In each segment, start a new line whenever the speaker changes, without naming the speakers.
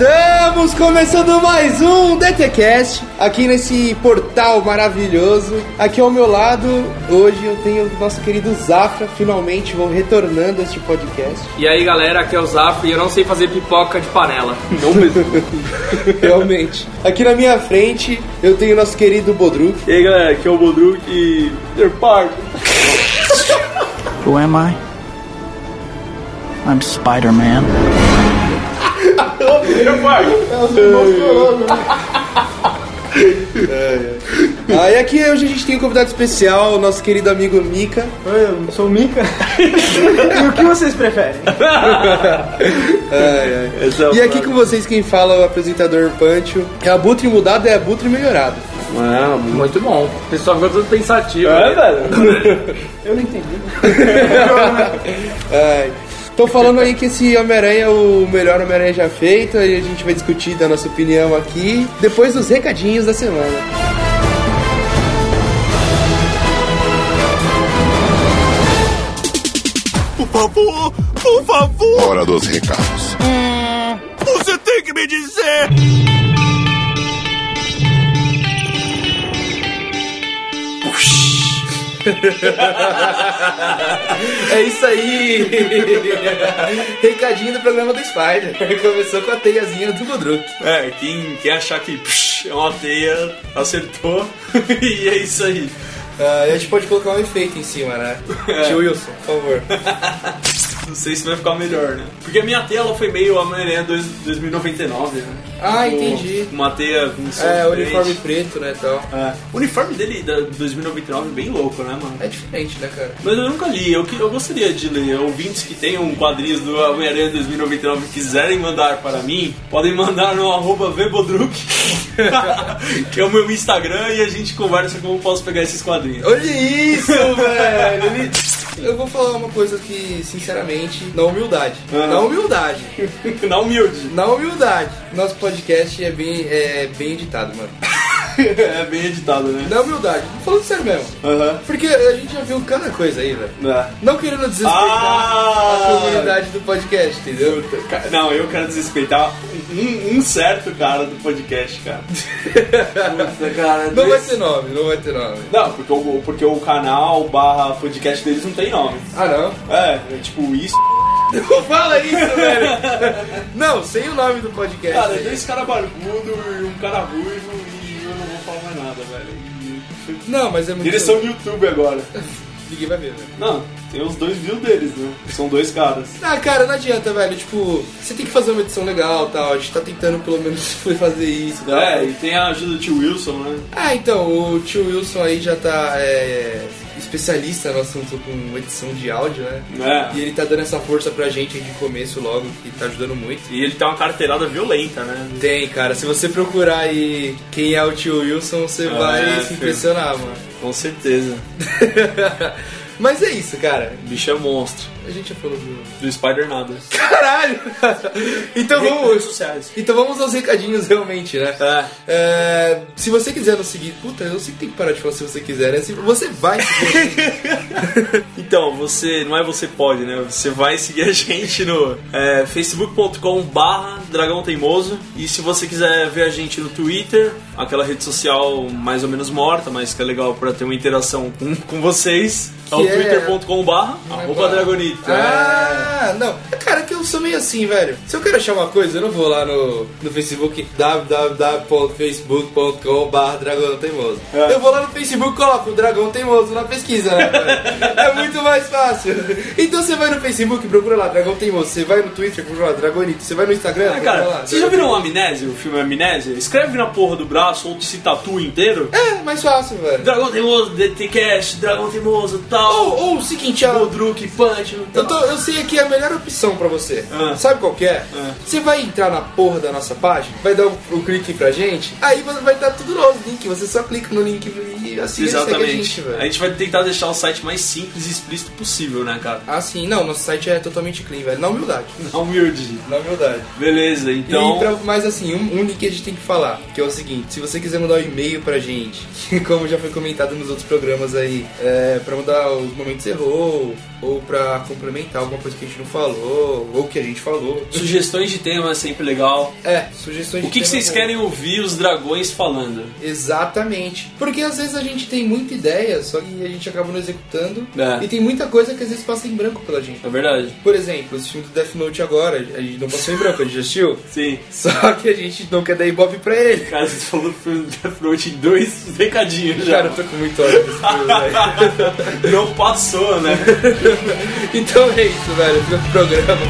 Estamos começando mais um DTCast aqui nesse portal maravilhoso. Aqui ao meu lado, hoje eu tenho o nosso querido Zafra, finalmente vou retornando a este podcast.
E aí galera, aqui é o Zafra e eu não sei fazer pipoca de panela. Não mesmo.
Realmente. Aqui na minha frente eu tenho o nosso querido Bodruk.
E aí galera, aqui é o Bodruk e. Peter Parker.
Who am I? I'm Spider Man.
Peter Parker.
Ah, e aqui hoje a gente tem um convidado especial, o nosso querido amigo Mika.
Oi, eu sou o Mika. e o que vocês preferem?
Ai, ai.
Esse é o
E aqui com vocês quem fala é o apresentador Pancho. É abutre mudado, é abutre melhorado.
Mano,
Muito bom. O pessoal ficou todo pensativo. né?
é, velho.
Eu não entendi.
Ai. Tô falando aí que esse Homem-Aranha é o melhor Homem-Aranha já feito, aí a gente vai discutir da nossa opinião aqui, depois dos recadinhos da semana.
Por favor, por favor,
Hora dos recados.
você tem que me dizer.
É isso aí! Recadinho do programa do Spider. Começou com a teiazinha do Budruk.
É, quem quer achar que psh, é uma teia, acertou. e é isso aí.
Ah, a gente pode colocar um efeito em cima, né?
É.
Tio Wilson, por favor.
Não sei se vai ficar melhor, né? Porque a minha teia ela foi meio Homem-Aranha dois- 2099, né?
Ah,
Com-
entendi.
com Uma teia com sol
É,
diferente.
uniforme preto, né, tal.
É. O uniforme dele da 2099 é bem louco, né, mano?
É diferente, né, cara?
Mas eu nunca li, eu, que- eu gostaria de ler. É Ouvintes que tenham quadrinhos do Homem-Aranha 2099 e quiserem mandar para mim, podem mandar no arroba Vebodruk, que é o meu Instagram, e a gente conversa como eu posso pegar esses quadrinhos.
Olha isso, velho! Ele- Eu vou falar uma coisa que, sinceramente, na humildade.
Ah.
Na humildade.
Na humilde.
Na humildade. Nosso podcast é bem, é bem editado, mano.
É bem editado, né?
Na humildade. Falando sério mesmo.
Aham.
Porque a gente já viu cada coisa aí, velho.
É.
Não querendo desrespeitar a
Ah!
comunidade do podcast, entendeu?
Ca- Não, eu quero desrespeitar um, um certo cara do podcast, cara. Puta, cara.
Não vai
desse-
ter nome, não vai ter nome.
Não, porque o, porque o canal barra podcast deles não tem nome.
Ah, não?
É, é tipo isso.
Não fala isso, velho! Não, sem o nome do podcast.
Cara, é dois caras barbudo e um cara ruivo e eu não vou falar mais nada, velho. E-
Não, mas é muito...
Eles são do YouTube agora.
Ninguém vai ver, velho.
Não, tem os dois views deles, né? São dois caras.
Ah, cara, não adianta, velho. Tipo, você tem que fazer uma edição legal e tal. A gente tá tentando pelo menos fazer isso. tal.
É, e tem a ajuda do tio Wilson, né?
Ah, então, o tio Wilson aí já tá é, especialista no assunto com edição de áudio, né? E
É.
ele tá dando essa força pra gente aí de começo logo, que tá ajudando muito.
E ele tem uma carteirada violenta, né?
Tem, cara, se você procurar aí quem é o tio Wilson, você
Ah,
vai se
filho.
impressionar, mano.
Com certeza.
Mas é isso, cara.
O bicho é monstro.
A gente já falou do.
Do Spider nada.
Caralho! então vamos.
sociais.
Então vamos aos recadinhos realmente, né?
É.
É, se você quiser nos seguir, puta, eu sei que tem que parar de falar se você quiser, né? Se você vai seguir.
Então, você. Não é você pode, né? Você vai seguir a gente no é, facebook.com barra Dragão Teimoso. E se você quiser ver a gente no Twitter, aquela rede social mais ou menos morta, mas que é legal pra ter uma interação com, com vocês, é o
Que é-
twitter.com barra arroba Dragonito.
ah, não. Cara, que eu sou meio assim, velho. Se eu quero achar uma coisa, eu não vou lá no, no Facebook www.facebook.com.br Dragão Teimoso.
É.
Eu vou lá no Facebook e coloco o Dragão Teimoso na pesquisa, né? velho? é muito mais fácil. Então você vai no Facebook, procura lá Dragão Teimoso. Você vai no Twitter, procura lá Dragonito. Você vai no Instagram,
É,
procura lá.
cara, vocês já viram Amnésia, o filme Amnésia? Escreve na porra do braço ou se tatua inteiro.
É, mais fácil, velho.
Dragão Teimoso, DTCast, Dragão Teimoso, tal.
Ou, ou o seguinte, ah,
Bodruk, Punch,
Eu, tô- eu sei que é a melhor opção pra você.
Ah.
Sabe qual que é?
Ah.
Você vai entrar na porra da nossa página, vai dar o o clique pra gente, aí você vai estar tudo novo link. Você só clica no link e assim segue a gente,
Exatamente. A
velho.
gente vai tentar deixar o site mais simples e explícito possível, né, cara? Tá
Ah, sim, não, nosso site é totalmente clean, velho. Na humildade.
Humilde.
Na humildade.
Beleza, então.
E pra, mas assim, um, um link que a gente tem que falar, que é o seguinte, se você quiser mandar um e-mail pra gente, como já foi comentado nos outros programas aí, é, pra mandar os momentos errou, ou pra complementar alguma coisa que a gente não falou, ou que a gente falou.
Sugestões de tema é sempre legal.
É, sugestões
O
de
que, que
tema
vocês
boa.
querem ouvir os dragões falando?
Exatamente. Porque às vezes a gente tem muita ideia, só que a gente acaba não executando.
É.
E tem muita coisa que às vezes passa em branco pela gente.
É verdade?
Por exemplo, esse filme do Death Note agora, a gente não passou em branco, a gente já assistiu.
Sim.
Só que a gente não quer dar ibope pra ele.
Cara, você falou que foi um Death Note em dois recadinhos já.
Cara, eu tô com muito ódio desse filme, velho.
Não passou, né?
Então é isso, velho. Fica pro programa.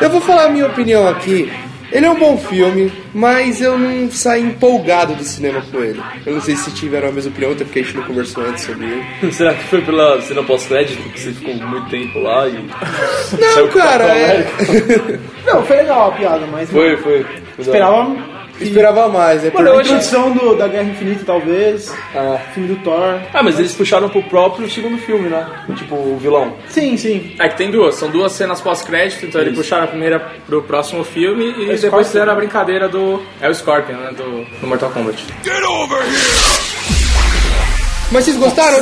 Eu vou falar a minha opinião aqui. Ele é um bom filme, mas eu não saí empolgado do cinema com ele. Eu não sei se tiveram a mesma opinião, até porque a gente não conversou antes sobre ele.
Será que foi pela cena pós-crédito que você ficou muito tempo lá e.
Não, cara, é...
América?
Não, foi legal a piada, mas
Foi, foi.
esperava.
esperava mais, né?
Mano, a introdução do, da Guerra Infinita, talvez. Filme do Thor.
Ah, mas eles puxaram pro próprio segundo filme, né? Tipo, o vilão.
Sim, sim.
É que tem duas, são duas cenas pós-crédito, então eles puxaram a primeira pro próximo filme e
É o
depois
Scorpion.
fizeram a brincadeira do. É o Scorpion, né? Do, do Mortal Kombat.
Mas vocês gostaram?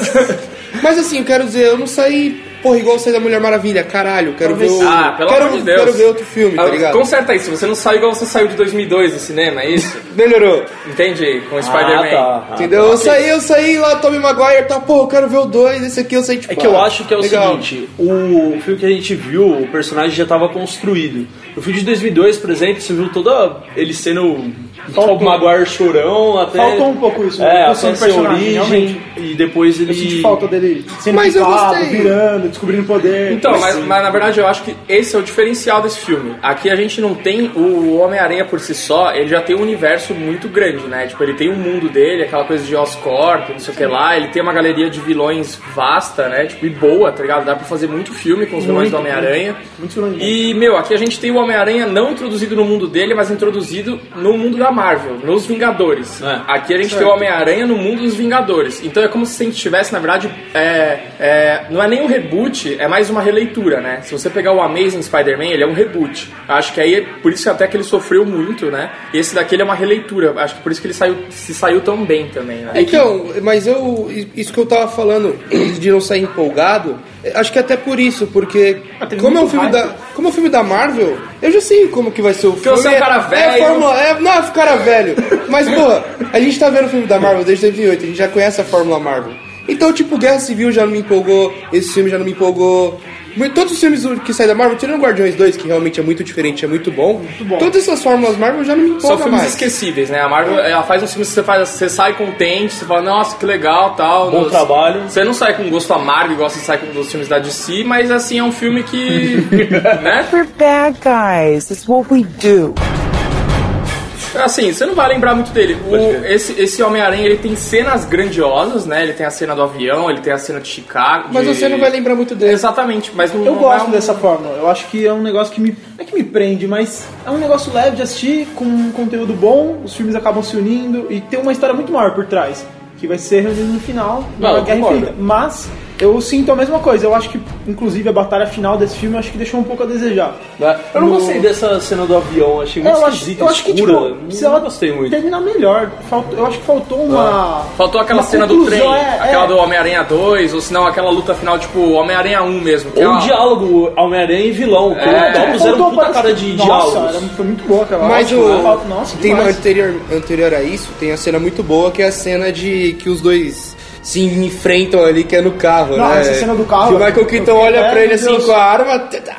Mas assim, eu quero dizer, eu não saí, porra, igual eu saí da Mulher Maravilha, caralho. Quero ver o...
Ah, pelo
quero,
amor de Deus.
Quero ver outro filme, tá
Ah,
ligado?
Conserta isso, você não saiu igual você saiu de 2002 do cinema, é isso?
Melhorou.
Entende? Com o Spider-Man.
Ah, tá.
entendeu? Eu saí, eu saí lá, Tommy Maguire, tá, porra, eu quero ver o dois esse aqui eu saí tipo.
É que eu
ah,
acho que é o
legal.
seguinte, o filme que a gente viu, o personagem já estava construído. No filme de 2002, por exemplo, você viu toda ele sendo
Faltou.
Faltou. o Maguire chorão, até...
Faltou um pouco isso,
É,
um
a
pouco
sua
do personagem,
origem,
realmente.
e depois ele...
Eu senti falta dele sendo
Mas eu
picado,
gostei.
virando, descobrindo poder.
Então, mas, mas na verdade eu acho que esse é o diferencial desse filme. Aqui a gente não tem o Homem-Aranha por si só, ele já tem um universo muito grande, né? Tipo, ele tem o mundo dele, aquela coisa de Oscorp, não sei o que lá, ele tem uma galeria de vilões vasta, né? Tipo, e boa, tá ligado? Dá pra fazer muito filme com os vilões do Homem-Aranha.
Muito vilão de bom.
E, meu, aqui a gente tem o Homem-Aranha não introduzido no mundo dele, mas introduzido no mundo da Marvel, nos Vingadores.
É.
Aqui a gente tem o Homem-Aranha no mundo dos Vingadores. Então é como se a gente tivesse, na verdade, é, é, não é nem um reboot, é mais uma releitura, né? Se você pegar o Amazing Spider-Man, ele é um reboot. Acho que aí, é por isso que até que ele sofreu muito, né? E esse daqui ele é uma releitura. Acho que por isso que ele saiu, se saiu tão bem também, né?
Então, mas eu. Isso que eu tava falando de não sair empolgado, é, acho que até por isso, porque.
teve
Como é, um
muito
filme
hype.
da, como é um filme da Marvel, eu já sei como que vai ser o filme.
você é um cara velho.
É, a fórmula, é, não, é um cara velho. Mas, porra, a gente tá vendo o filme da Marvel desde 2008, a gente já conhece a Fórmula Marvel. Então, tipo, Guerra Civil já não me empolgou, esse filme já não me empolgou. Mas Todos os filmes que saem da Marvel, tirando Guardiões 2, que realmente é muito diferente, é muito bom.
bom.
Todas essas fórmulas Marvel já não me
São
empolgam
filmes
mais.
esquecíveis, né? A Marvel ela faz uns filmes que você, faz, você sai contente, você fala, nossa, que legal tal.
Bom trabalho.
Você não sai com gosto amargo igual você sai com os filmes da DC, mas assim, é um filme que. né?
We're bad guys. It's what we do.
Assim, você não vai lembrar muito dele. O- esse esse Homem-Aranha ele tem cenas grandiosas, né? Ele tem a cena do avião, ele tem a cena de Chicago.
Mas
de-
você não vai lembrar muito dele.
Exatamente, mas não.
Eu
não
gosto
é um-
dessa fórmula. Eu acho que é um negócio que me. Não é que me prende, mas é um negócio leve de assistir, com um conteúdo bom, os filmes acabam se unindo e tem uma história muito maior por trás. Que vai ser reunido no final
Não,
na
eu
Guerra
concordo.
Infinita. Mas eu sinto a mesma coisa. Eu acho que, inclusive, a batalha final desse filme eu acho que deixou um pouco a desejar.
Eu não gostei dessa cena do avião, achei muito
É, Né? eu acho,
esquisita,
eu acho que, tipo,
escura.
se
não
ela
gostei muito.
terminar melhor, faltou- eu acho que faltou uma.
Ah, Faltou aquela
uma
cena do trem,
conclusão, é,
aquela
é.
do Homem-Aranha 2, ou se não, aquela luta final, tipo, Homem-Aranha 1 mesmo. que
Ou
é
um
uma-
diálogo Homem-Aranha e vilão, que
É.
é, puseram
Faltou
puta
parece-
cara de
Nossa,
diálogo.
era, foi muito boa aquela
Mas
ótima,
o.
falta- né? Nossa,
tem uma
demais.
anterior, anterior a isso, tem a cena muito boa que é a cena de que os dois se enfrentam ali, que é no carro,
Nossa,
né?
essa cena do carro,
Que o
eu
Michael
fiquei-
Keaton olha
é,
pra ele
meu
assim
Deus.
com a arma. tê, tá.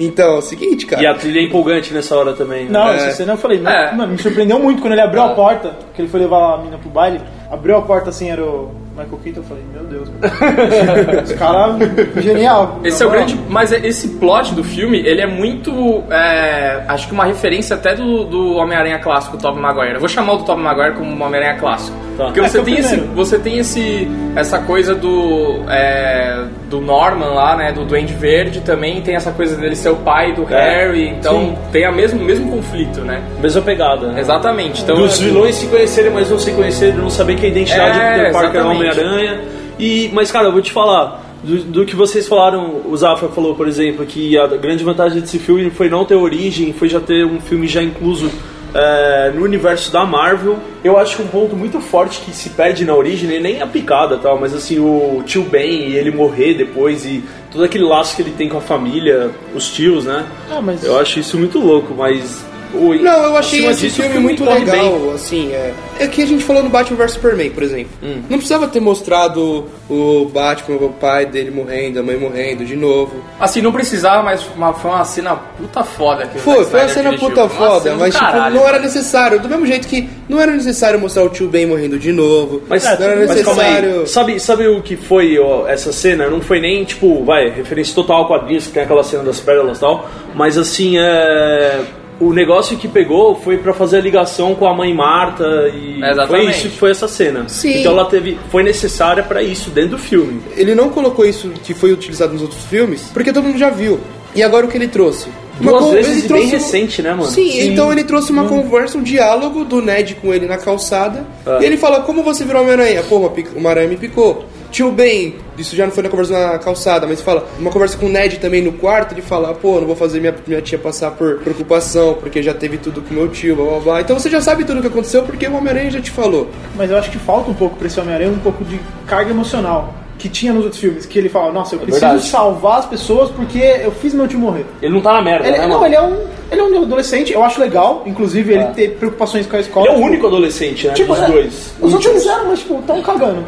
Então, é o seguinte, cara.
E a trilha é empolgante nessa hora também.
Não,
né?
essa cena eu falei,
É.
mano, me surpreendeu muito quando ele abriu a porta, que ele foi levar a mina pro baile, abriu a porta assim, era o Michael Keaton, eu falei, meu Deus, mano. Esse cara, genial.
Esse
Tá
é o grande. Mas é- esse plot do filme, ele é muito. é, acho que uma referência até do, do Homem-Aranha clássico, Tobey Maguire. Eu vou chamar o do Tobey Maguire como um Homem-Aranha clássico.
Tá.
Porque
É,
você
que é o
tem, esse,
primeiro.
você tem esse, essa coisa do. é, do Norman lá, né? Do Duende Verde também. Tem essa coisa dele ser o pai do
É.
Harry. Então tem a mesmo, o mesmo conflito, né?
Mesma pegada. né?
Exatamente. Então,
Dos vilões se conhecerem, mas não se conhecerem, não saber que a identidade
É,
do Peter Parker é o
exatamente.
Homem-Aranha. E, mas, cara, eu vou te falar.
do, do que vocês falaram, o Zafra falou, por exemplo, que a grande vantagem desse filme foi não ter origem, foi já ter um filme já incluso é, no universo da Marvel. Eu acho que um ponto muito forte que se perde na origem, e nem a picada tal, mas assim, o tio Ben e ele morrer depois e todo aquele laço que ele tem com a família, os tios, né?
Ah, mas-
Eu acho isso muito louco, mas. o-
Não, eu achei
acima
esse
disso, o
filme muito
corre
legal,
bem.
assim, é... É que a gente falou no Batman vs Superman, por exemplo.
Hum.
Não precisava ter mostrado o Batman, o pai dele morrendo, a mãe morrendo de novo.
Assim, não precisava, mas uma- foi uma cena puta foda. Que o
Foi,
Zack
foi uma
Snyder
cena
dirigiu.
puta
Uma
foda,
cena do
mas tipo,
caralho.
não era necessário. Do mesmo jeito que não era necessário mostrar o tio Ben morrendo de novo.
Mas,
não era
mas calma
necessário.
aí. Sabe, sabe o que foi ó, essa cena? Não foi nem, tipo, vai, referência total ao quadrinhos, que tem aquela cena das pérolas e tal. Mas assim, é. O negócio que pegou foi pra fazer a ligação com a mãe Marta e
Exatamente.
foi isso que foi essa cena.
Sim.
Então ela teve, foi necessária pra isso dentro do filme.
Ele não colocou isso que foi utilizado nos outros filmes, porque todo mundo já viu. E agora o que ele trouxe? Uma
Duas
con-
vezes
ele
e bem
trouxe- um-
recente, né, mano?
Sim, então ele trouxe uma conversa, um diálogo do Ned com ele na calçada.
Ah.
E ele fala: Como você virou Homem-Aranha? Pô, uma, pic- uma aranha me picou. Tio Ben, isso já não foi na conversa na calçada, mas fala, uma conversa com o Ned também no quarto, ele fala, pô, não vou fazer minha, minha tia passar por preocupação, porque já teve tudo com meu tio, blá blá blá. Então você já sabe tudo o que aconteceu, porque o Homem-Aranha já te falou.
Mas eu acho que falta um pouco pra esse Homem-Aranha, um pouco de carga emocional que tinha nos outros filmes. Que ele fala, nossa, eu preciso
verdade.
salvar as pessoas porque eu fiz meu tio morrer.
Ele não tá na merda,
Ele,
né,
não,
mano?
ele é um. Ele é um adolescente, eu acho legal, inclusive, ele ter preocupações com a escola.
Ele é o
tipo,
único adolescente, né?
Tipo,
dos
é,
dois. É.
Os outros eles eram, mas tipo, tão cagando.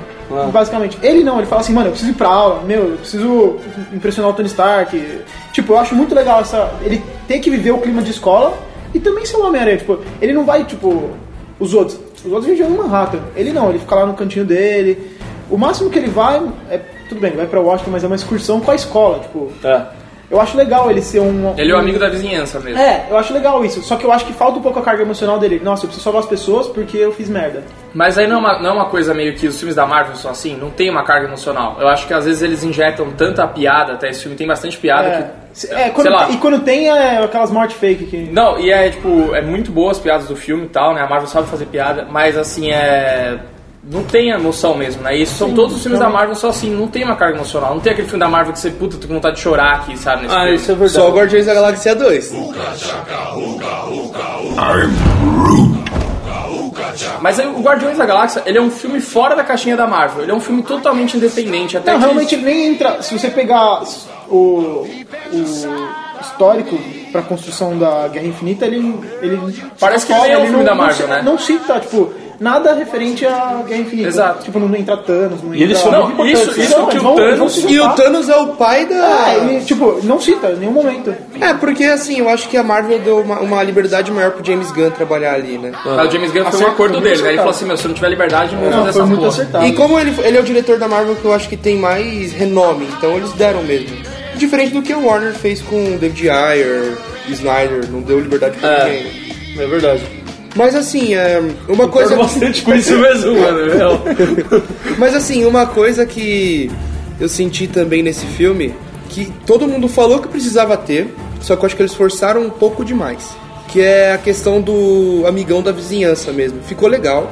Basicamente. Ele não, ele fala assim, mano, eu preciso ir pra aula, meu, eu preciso impressionar o Tony Stark. Tipo, eu acho muito legal essa. Ele ter que viver o clima de escola e também ser um Homem-Aranha. Tipo, ele não vai, tipo, os outros. Os outros viviam numa rata. Ele não, ele fica lá no cantinho dele. O máximo que ele vai é. Tudo bem, vai pra Washington, mas é uma excursão com a escola, tipo.
É.
Eu acho legal ele ser um.
Ele é o
um-
amigo da vizinhança mesmo.
É, eu acho legal isso. Só que eu acho que falta um pouco a carga emocional dele. Nossa, eu preciso salvar as pessoas porque eu fiz merda.
Mas aí não é, uma, não é uma coisa meio que os filmes da Marvel são assim, não tem uma carga emocional. Eu acho que às vezes eles injetam tanta piada, até esse filme tem bastante piada
É.
que.
Se- é, quando
sei lá.
tem- E quando tem é, aquelas mortes fake que.
Não, e é tipo, é muito boa as piadas do filme e tal, né? A Marvel sabe fazer piada, mas assim, é. Não tem emoção mesmo, né? E isso são todos os filmes
então-
da Marvel só assim, não tem uma carga emocional. Não tem aquele filme da Marvel que você puta, tô com vontade de chorar aqui, sabe? Nesse
Ah,
filme.
isso é verdade.
Só o Guardiões da Galáxia 2.
Mas aí, o Guardiões da Galáxia, ele é um filme fora da caixinha da Marvel. Ele é um filme totalmente independente. Até
Não,
que-
realmente ele nem entra. Se você pegar s- o, o histórico pra construção da Guerra Infinita, ele. ele
Parece que
ele
ele nem é um filme da Marvel,
cita-
né?
Não cita, tipo, nada referente à Guerra Infinita.
Exato.
Tipo, não entra Thanos, não entra.
eles são
Não,
muito
isso,
importantes,
isso
Não,
que
eles
o
vão- eles vão
Thanos.
se
E o
juntar.
Thanos é o pai da.
Ah, ele, tipo, não cita em nenhum momento.
É, porque assim, eu acho que a Marvel deu uma, uma liberdade maior pro James Gunn trabalhar ali, né?
Mas o James Gunn foi um
Acertou,
acordo
muito
dele, né? Ele
acertado.
falou assim: meu, se eu não tiver liberdade, não vou fazer
Não, foi
essa
muito
porra.
acertado.
E como ele, ele é o diretor da Marvel que eu acho que tem mais renome, então eles deram mesmo. Diferente do que o Warner fez com o David Ayer, Snyder, não deu liberdade pra ninguém.
É verdade.
Mas assim, é, uma
Eu
coisa.
bastante com isso mesmo, mano. é real.
Mas assim, uma coisa que eu senti também nesse filme, que todo mundo falou que precisava ter, só que eu acho que eles forçaram um pouco demais. Que é a questão do amigão da vizinhança mesmo. Ficou legal,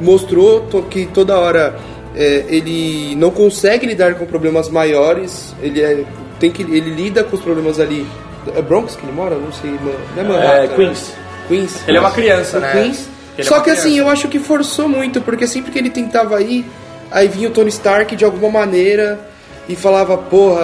mostrou to- que toda hora é, ele não consegue lidar com problemas maiores, ele é- tem que ele lida com os problemas ali. É Bronx que ele mora? Não sei. Não é, Manhattan,
É,
né?
Queens.
Queens.
Ele é uma criança,
O
né?
Queens.
Ele é
Só
uma
que assim,
criança.
eu acho que forçou muito, porque sempre que ele tentava ir, aí vinha o Tony Stark de alguma maneira e falava, porra,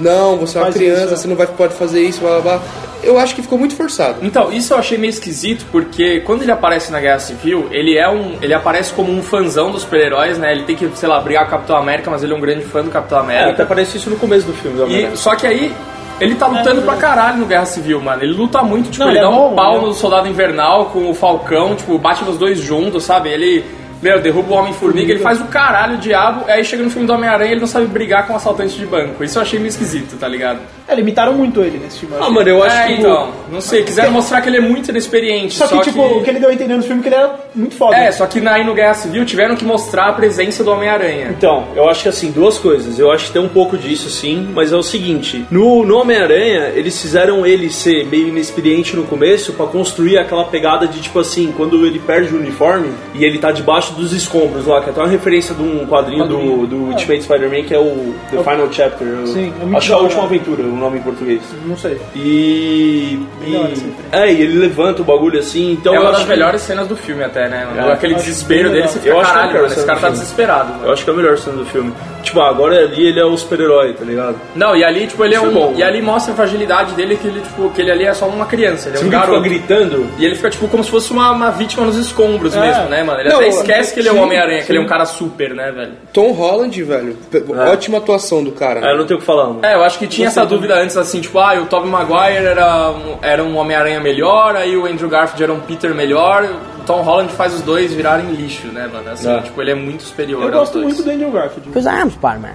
não, você é uma
Faz
criança,
isso.
você não vai, pode fazer isso, blá blá blá. Eu acho que ficou muito forçado.
Então, isso eu achei meio esquisito, porque quando ele aparece na Guerra Civil, ele é um. ele aparece como um fãzão dos super-heróis, né? Ele tem que, sei lá, brigar com o Capitão América, mas ele é um grande fã do Capitão
É, até
América.
aparece isso no começo do
É,
filme, também.
E, só que aí. Ele tá lutando pra caralho no Guerra Civil, mano. Ele luta muito, tipo,
Não,
ele
ele
dá
é
um
bom,
pau
ele é-
no Soldado Invernal com o Falcão, tipo, bate nos dois juntos, sabe? Ele, meu, derruba o Homem-Formiga, ele faz o caralho, o diabo, aí chega no filme do Homem-Aranha ele não sabe brigar com um assaltante de banco. Isso eu achei meio esquisito, tá ligado?
É, limitaram muito ele nesse filme. eu
Ah,
acho.
mano, eu acho
é,
que.
então, não sei, quiseram mostrar que ele é muito inexperiente.
Só que, tipo, o que ele deu a entender no filme é que ele era muito foda.
É, só que na, aí no Guerra Civil tiveram que mostrar a presença do Homem-Aranha.
Então, eu acho que assim, duas coisas. Eu acho que tem um pouco disso sim, mas é o seguinte: no, no Homem-Aranha, eles fizeram ele ser meio inexperiente no começo pra construir aquela pegada de tipo assim, quando ele perde o uniforme e ele tá debaixo parte dos escombros lá, que é até uma referência de um quadrinho do, do Ultimate Spider-Man, que é o The Final Chapter. eu-
Sim, é muito
acho que é a
bom,
última
né?
aventura, o nome em português.
Não sei.
E. e-
Melhor essa referência.
é, e ele levanta o bagulho assim, então.
É
eu
uma das
acho que-
melhores cenas do filme até, né? mano?
É.
Aquele
Acho
desespero
bem
dele,
legal.
você fica
Eu acho que
caralho,
eu quero
mano, esse
essa
cara tá
do filme.
desesperado. mano."
Eu acho que é a melhor cena do filme. Tipo, agora ali ele é o super-herói, tá ligado?
Não, e ali, tipo, ele é
Isso é
um.
bom,
e ali mostra a fragilidade dele, que ele, tipo, que ele ali é só uma criança, ele é
Você
um
nunca
garoto.
fica gritando?
E ele fica, tipo, como se fosse uma, uma vítima nos escombros
É.
mesmo, né, mano? Ele
Não,
até esquece que ele é um
sim,
Homem-Aranha, que ele é um
sim.
cara super, né, velho?
Tom Holland, velho. P- Ótima atuação do cara. né?
Ah, eu não tenho o que falar, mano.
É, eu acho que tinha essa dúvida antes, assim, tipo, ah, o Tobey Maguire era um, era um Homem-Aranha melhor, aí o Andrew Garfield era um Peter melhor, o Tom Holland faz os dois virarem lixo, né, mano? Assim,
É.
tipo, ele é muito superior
Eu
aos
gosto
dois.
muito do Andrew Garfield.
Because I am Spider-Man.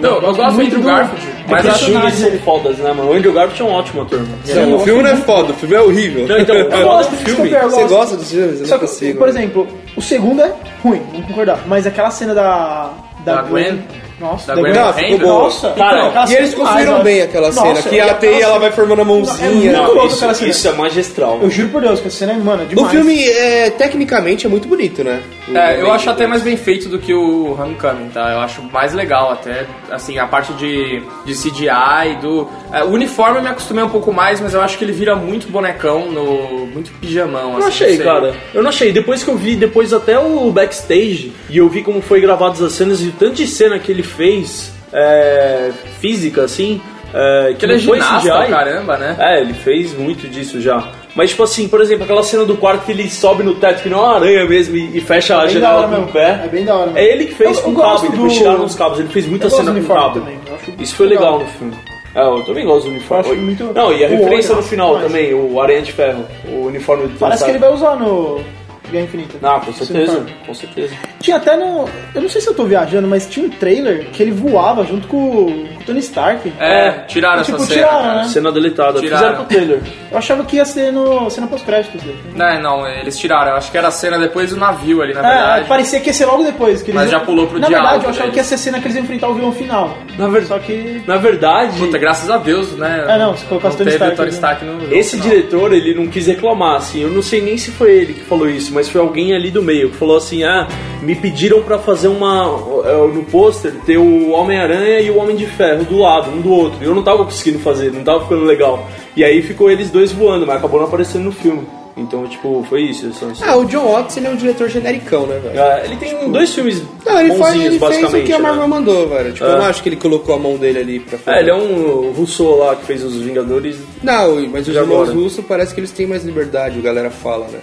Não, eu gosto muito do Andrew Garfield, mas
Mas
acho
acho
que...
que são fodas, né, mano? O Andrew Garfield é um ótimo ator, mano.
Não, o filme não é foda, o filme é horrível.
Não, então,
Eu
foda
gosto
do
de
filme.
Scorpion, eu
Você
gosto.
gosta dos filmes? Eu
Só
não
que,
consigo. né?
por exemplo, o segundo é ruim, vamos concordar. Mas aquela cena da.
Da Gwen?
Nossa,
Da Gwen
Não,
horrenda.
ficou boa.
Nossa,
Cara,
aquela
E
cena
eles
é
construíram
demais,
bem
olha.
aquela
Nossa,
cena, que ela
aquela
tem, ela
cena-
vai formando a mãozinha.
Não, é muito
Não,
louco
isso,
aquela cena.
isso é magistral.
Eu juro por Deus que essa cena é, mano, é demais.
O filme, é, tecnicamente, é muito bonito, né?
É, eu acho até mais bem feito do que o Homecoming, tá? Eu acho mais legal até, assim, a parte de, de CGI, e do... é, o uniforme eu me acostumei um pouco mais, mas eu acho que ele vira muito bonecão, no, muito pijamão, assim.
Eu não achei,
sei.
cara. Eu não achei. Depois que eu vi, depois até o backstage, e eu vi como foi gravadas as cenas e o tanto de cena que ele fez, é, física, assim, é, que
Ele é
não foi
ginasta,
CGI.
caramba, né?
É, ele fez muito disso já. Mas, tipo assim, por exemplo, aquela cena do quarto que ele sobe no teto, que não é uma aranha mesmo, e e fecha a
bem da
janela
hora
com o
mesmo.
pé.
É bem da hora mesmo.
É ele que fez
Eu-
com
eu
o cabo,
gosto
ele depois
do-
tiraram os cabos. Ele fez muita
Eu gosto
cena
do
com o
uniforme
cabo.
também, eu acho
Isso foi
legal.
legal no filme. É, eu também gosto do uniforme.
Eu acho muito-
Não, e a
o
referência
olho,
no final
mas-
também, o Aranha de Ferro, o uniforme do
Parece que ele
Fantástico.
vai usar no. Guerra Infinita.
Ah,
Não, com certeza,
Sim,
com certeza.
Tinha até no. Eu não sei se eu tô viajando, mas tinha um trailer que ele voava junto com o com o Tony Stark.
É, tiraram
tipo,
essa
tiraram,
cena,
né?
Cena deletada.
Ah. Tiraram.
Fizeram pro trailer.
Eu achava que ia ser no cena pós-créditos dele.
cara. Né, Não, não, eles tiraram. Eu acho que era a cena depois do navio ali, na
É,
verdade.
parecia que ia ser logo depois. Que eles
Mas
iam-
já pulou pro
Na
diálogo é
verdade, eu achava
deles.
que ia ser cena que eles iam enfrentar o vilão final.
Na, ver...
Só que.
Na verdade,
Puta, graças a Deus, né?
É, não, se
não
colocasse Tony
teve
Stark,
o Tony
né?
Stark no... no
esse
final.
diretor, ele não quis reclamar, assim. Eu não sei nem se foi ele que falou isso, mas foi alguém ali do meio que falou assim, ah, me pediram pra fazer uma... eh, No pôster, ter o Homem-Aranha e o Homem de Ferro do lado, um do outro. E eu não tava conseguindo fazer, não tava ficando legal. E aí ficou eles dois voando, mas acabou não aparecendo no filme. Então, tipo, foi isso. essa- essa-
Ah, o John Watts, ele é um diretor genericão, né, velho?
Ah, ele tem dois filmes
Não, ele, faz,
bonzinhos,
ele fez o
basicamente.
que a
né?
Marvel mandou, velho. Tipo,
É.
eu não acho que ele colocou a mão dele ali pra fazer.
É, ele é um Rousseau lá que fez os Vingadores.
Não, mas os
Já
irmãos
agora.
russos parece que eles têm mais liberdade, a galera fala, né?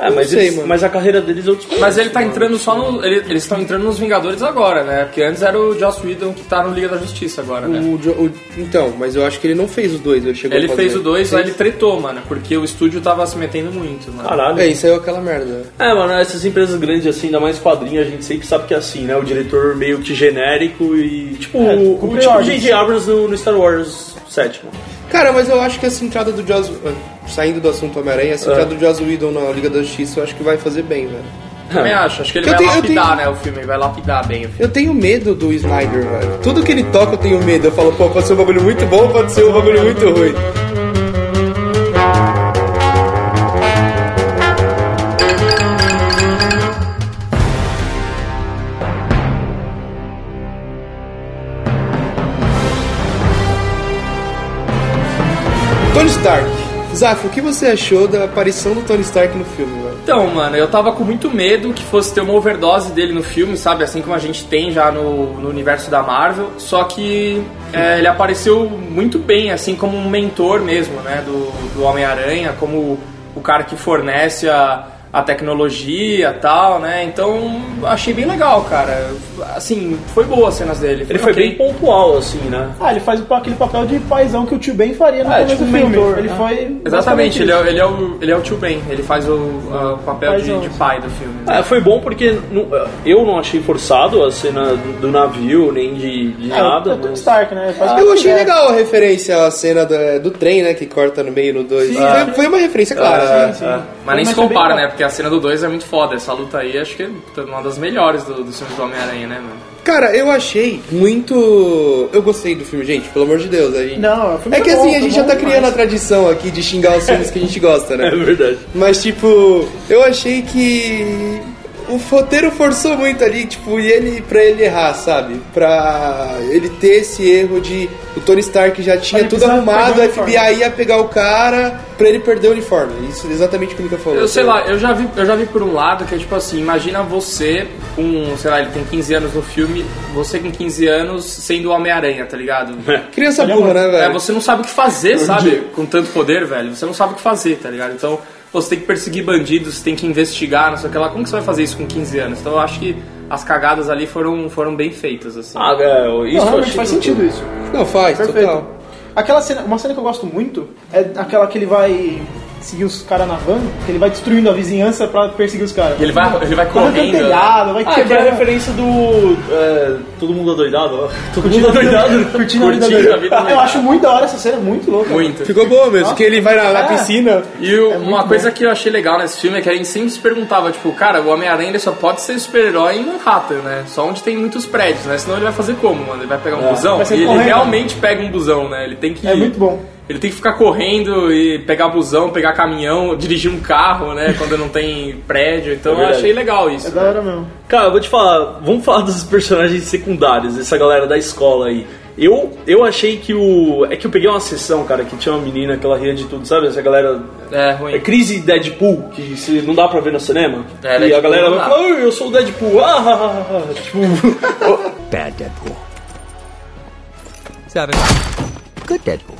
É,
Eu
mas,
sei,
eles-
mano.
mas a carreira deles é outros
Mas ele tá entrando só no... ele- eles estão entrando nos Vingadores agora, né? Porque antes era o Joss Whedon que tá no Liga da Justiça agora, né?
O Jo- o- então, mas eu acho que ele não fez os dois, ele chegou né?
Ele
a fazer.
fez o 2, aí ele tretou, mano, porque o estúdio tava se metendo muito, mano.
Caralho.
É, isso aí é aquela merda. né?
É, mano, essas empresas grandes assim, ainda mais quadrinho, a gente sempre sabe que é assim, né? O diretor meio que genérico e. Tipo,
É,
o
cumpriu
o tipo
ordens.
J.J. Abrams no, no Star Wars 7, mano.
Cara, mas eu acho que essa entrada do Joss... ah, Saindo do assunto Homem-Aranha,
É.
essa entrada do Joss Whedon na Liga da Justiça, eu acho que vai fazer bem, velho.
Também acho, acho que ele
é. Eu
vai
tenho- eu tenho-
lapidar, né, o filme, vai lapidar bem o filme.
Eu tenho medo do Snyder, velho. Tudo que ele toca eu tenho medo. Eu falo, pô, pode ser um bagulho muito bom, pode ser um bagulho muito ruim. Tony Stark. Zaf, o que você achou da aparição do Tony Stark no filme, velho?
Então, mano, eu tava com muito medo que fosse ter uma overdose dele no filme, sabe? Assim como a gente tem já no, no universo da Marvel. Só que é, ele apareceu muito bem, assim, como um mentor mesmo, né? Do, do Homem-Aranha, como o cara que fornece a, a tecnologia e tal, né? Então, achei bem legal, cara. Assim, foi boa as cenas dele.
Ele foi
ok.
bem pontual, assim, né?
Ah, ele faz aquele papel de paizão que o tio Ben faria no
É,
começo
tipo
do
um
filme.
mentor,
ele
né?
foi.
Exatamente,
basicamente
ele
isso.
é, ele, é o, ele é o tio Ben, ele faz o, a- o papel de,
Paizão.
de pai do filme. né?
É, foi bom porque nu- eu não achei forçado a cena do do navio, nem de, de
É,
nada.
é o Tony
mas-
Stark, né? Faz o que
Ah, Eu achei
quiser.
legal a referência à cena da- do, trem, né? Que corta no meio no 2. Foi, foi uma referência clara.
Ah, Sim, sim.
Ah, Mas nem se
foi é bem
compara,
legal.
né? Porque a cena do 2 é muito foda. Essa luta aí acho que é puta, uma das melhores do- dos filmes do Homem-Aranha, né, mano?
Cara, eu achei muito. Eu gostei do filme, gente, pelo amor de Deus. A gente...
Não, o filme
É que
tá bom,
assim, a gente já
bom
tá
demais.
criando a tradição aqui de né? xingar os filmes que a gente gosta,
É
né?
verdade.
Mas, tipo, eu achei que. o roteiro forçou muito ali, tipo, e ele pra ele errar, sabe? Pra ele ter esse erro de o Tony Stark já tinha
Ele
tudo
precisava
arrumado,
pegar o
o FBI ia pegar o cara pra ele perder o uniforme. Isso é exatamente o que o Mika falou.
Eu sei lá, eu já vi, eu já vi por um lado que é tipo assim, imagina você com, sei lá, ele tem 15 anos no filme, você com 15 anos sendo o Homem-Aranha, tá ligado?
Criança burra, né,
É, Um
velho?
você não sabe o que fazer, sabe? Com tanto poder, velho, você não sabe o que fazer, tá ligado? Então, pô, você tem que perseguir bandidos, você tem que investigar, não sei o que lá. Como que você vai fazer isso com 15 anos? Então, eu acho que as cagadas ali foram, foram bem feitas, assim.
Ah, é, isso
Não,
eu
realmente
achei
faz
tudo.
sentido isso.
Não, faz,
Perfeito.
total.
Aquela cena, uma cena que eu gosto muito é aquela que ele vai seguir os caras na van, que ele vai destruindo a vizinhança pra perseguir os caras.
E ele vai, ele vai
Arranca
correndo. né?
telhado, vai
Ah, que é
quebrar.
a referência do. é, todo mundo adoidado, ó. Todo mundo
Curtindo-
adoidado.
Curtindo a vida
Curtindo a
doida.
vida doida.
Eu acho muito da hora essa cena, é muito louca.
Muito.
Ficou boa mesmo, que ele vai na, na
Ah.
piscina.
E o- uma coisa que eu achei legal nesse filme é que a gente sempre se perguntava, tipo, cara, o Homem-Aranha ele só pode ser super-herói em Manhattan, né? Só onde tem muitos prédios, né? Senão ele vai fazer como, mano? Ele vai pegar um busão?
vai
E
sair
ele
correndo.
realmente pega um busão, né? Ele tem que...
É muito bom.
Ele tem que ficar correndo e pegar busão, pegar caminhão, dirigir um carro, né? Quando não tem prédio. Então eu
verdade.
achei legal isso.
É da hora mesmo.
Cara, eu vou te falar, vamos falar dos personagens secundários, essa galera da escola aí. Eu, eu achei que o. É que eu peguei uma sessão, cara, que tinha uma menina que ela ria de tudo, sabe? Essa galera.
É,
É
ruim.
crise Deadpool, que se não dá pra ver no cinema.
É,
e a
Deadpool
galera
não
vai
dá.
falar, "Ai, eu sou o Deadpool. Ah, ah, ah, ah, ah." Tipo,
Bad Deadpool.
Seven.
Good Deadpool.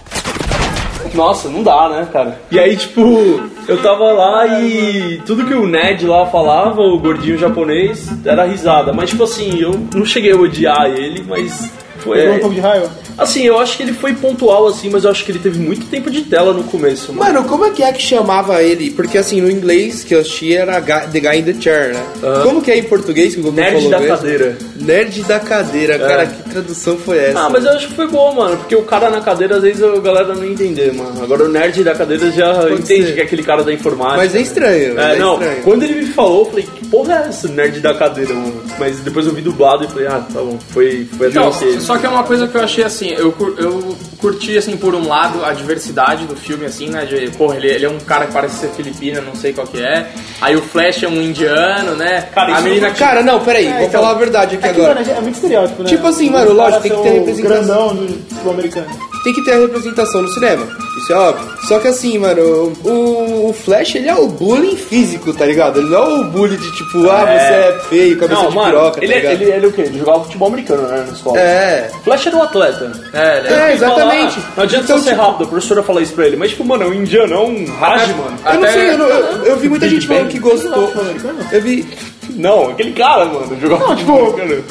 Nossa, não dá, né, cara? E aí, tipo, eu tava lá e tudo que o Ned lá falava, o gordinho japonês, era risada. Mas, tipo assim, eu não cheguei a odiar ele, mas foi.
É,
Pegou um pouco de raiva.
Assim, eu acho que ele foi pontual, assim, mas eu acho que ele teve muito tempo de tela no começo, mano.
Mano, como é que é que chamava ele? Porque assim, no inglês que eu assisti era ga- The Guy in the Chair, né? Como que é em português que o Gomes
Nerd
falou
da
mesmo?
cadeira. É.
Nerd da cadeira, cara, que tradução foi essa?
Ah, mas eu acho que foi bom, mano, porque o cara na cadeira, às vezes a galera não entender, mano. Agora o nerd da cadeira já entende
ser.
que é aquele cara da informática.
Mas é estranho,
É,
é
não,
estranho.
quando ele me falou, eu falei, que porra é essa, nerd da cadeira, mano? Mas depois eu vi dublado e falei, ah, tá bom, foi, foi até
Então,
você.
só que é uma coisa que eu achei assim, eu, cur- eu curti assim, por um lado, a diversidade do filme, assim, né? De, porra, ele, ele é um cara que parece ser filipino, não sei qual que é. Aí o Flash é um indiano, né?
Cara,
a
isso
menina que.
Cara, não, peraí, vou
então,
falar a verdade aqui
É que,
agora.
mano, é muito estereótipo, né?
Tipo assim,
Os
mano,
caras
lógico, tem que
são
ter representação.
grandão do, do americano.
é-
Tem que ter a representação no cinema. Isso é óbvio. Só que assim, mano, o, o Flash, ele é o bullying físico, tá ligado? Ele não é o bullying de tipo, ah, você é feio, cabeça
Não,
de
mano,
piroca,
ele,
tá ligado?
ele, ele é o quê? Ele jogava futebol americano, né, na escola.
É.
Flash era um atleta.
É, ele
É,
Ele
é-
fala,
exatamente.
"Ah, Não adianta
Então,
você ser
tipo,
rápido, a professora fala isso pra ele. Mas, tipo, mano, é um indiano, é um Raj, mano.
Eu não
Até-
sei, Assim, eu, não- eu- eu vi muita
Big
gente falando
Bang.
que gostou. Eu vi,
Não, aquele cara, mano, jogava
Não, tipo,
futebol americano.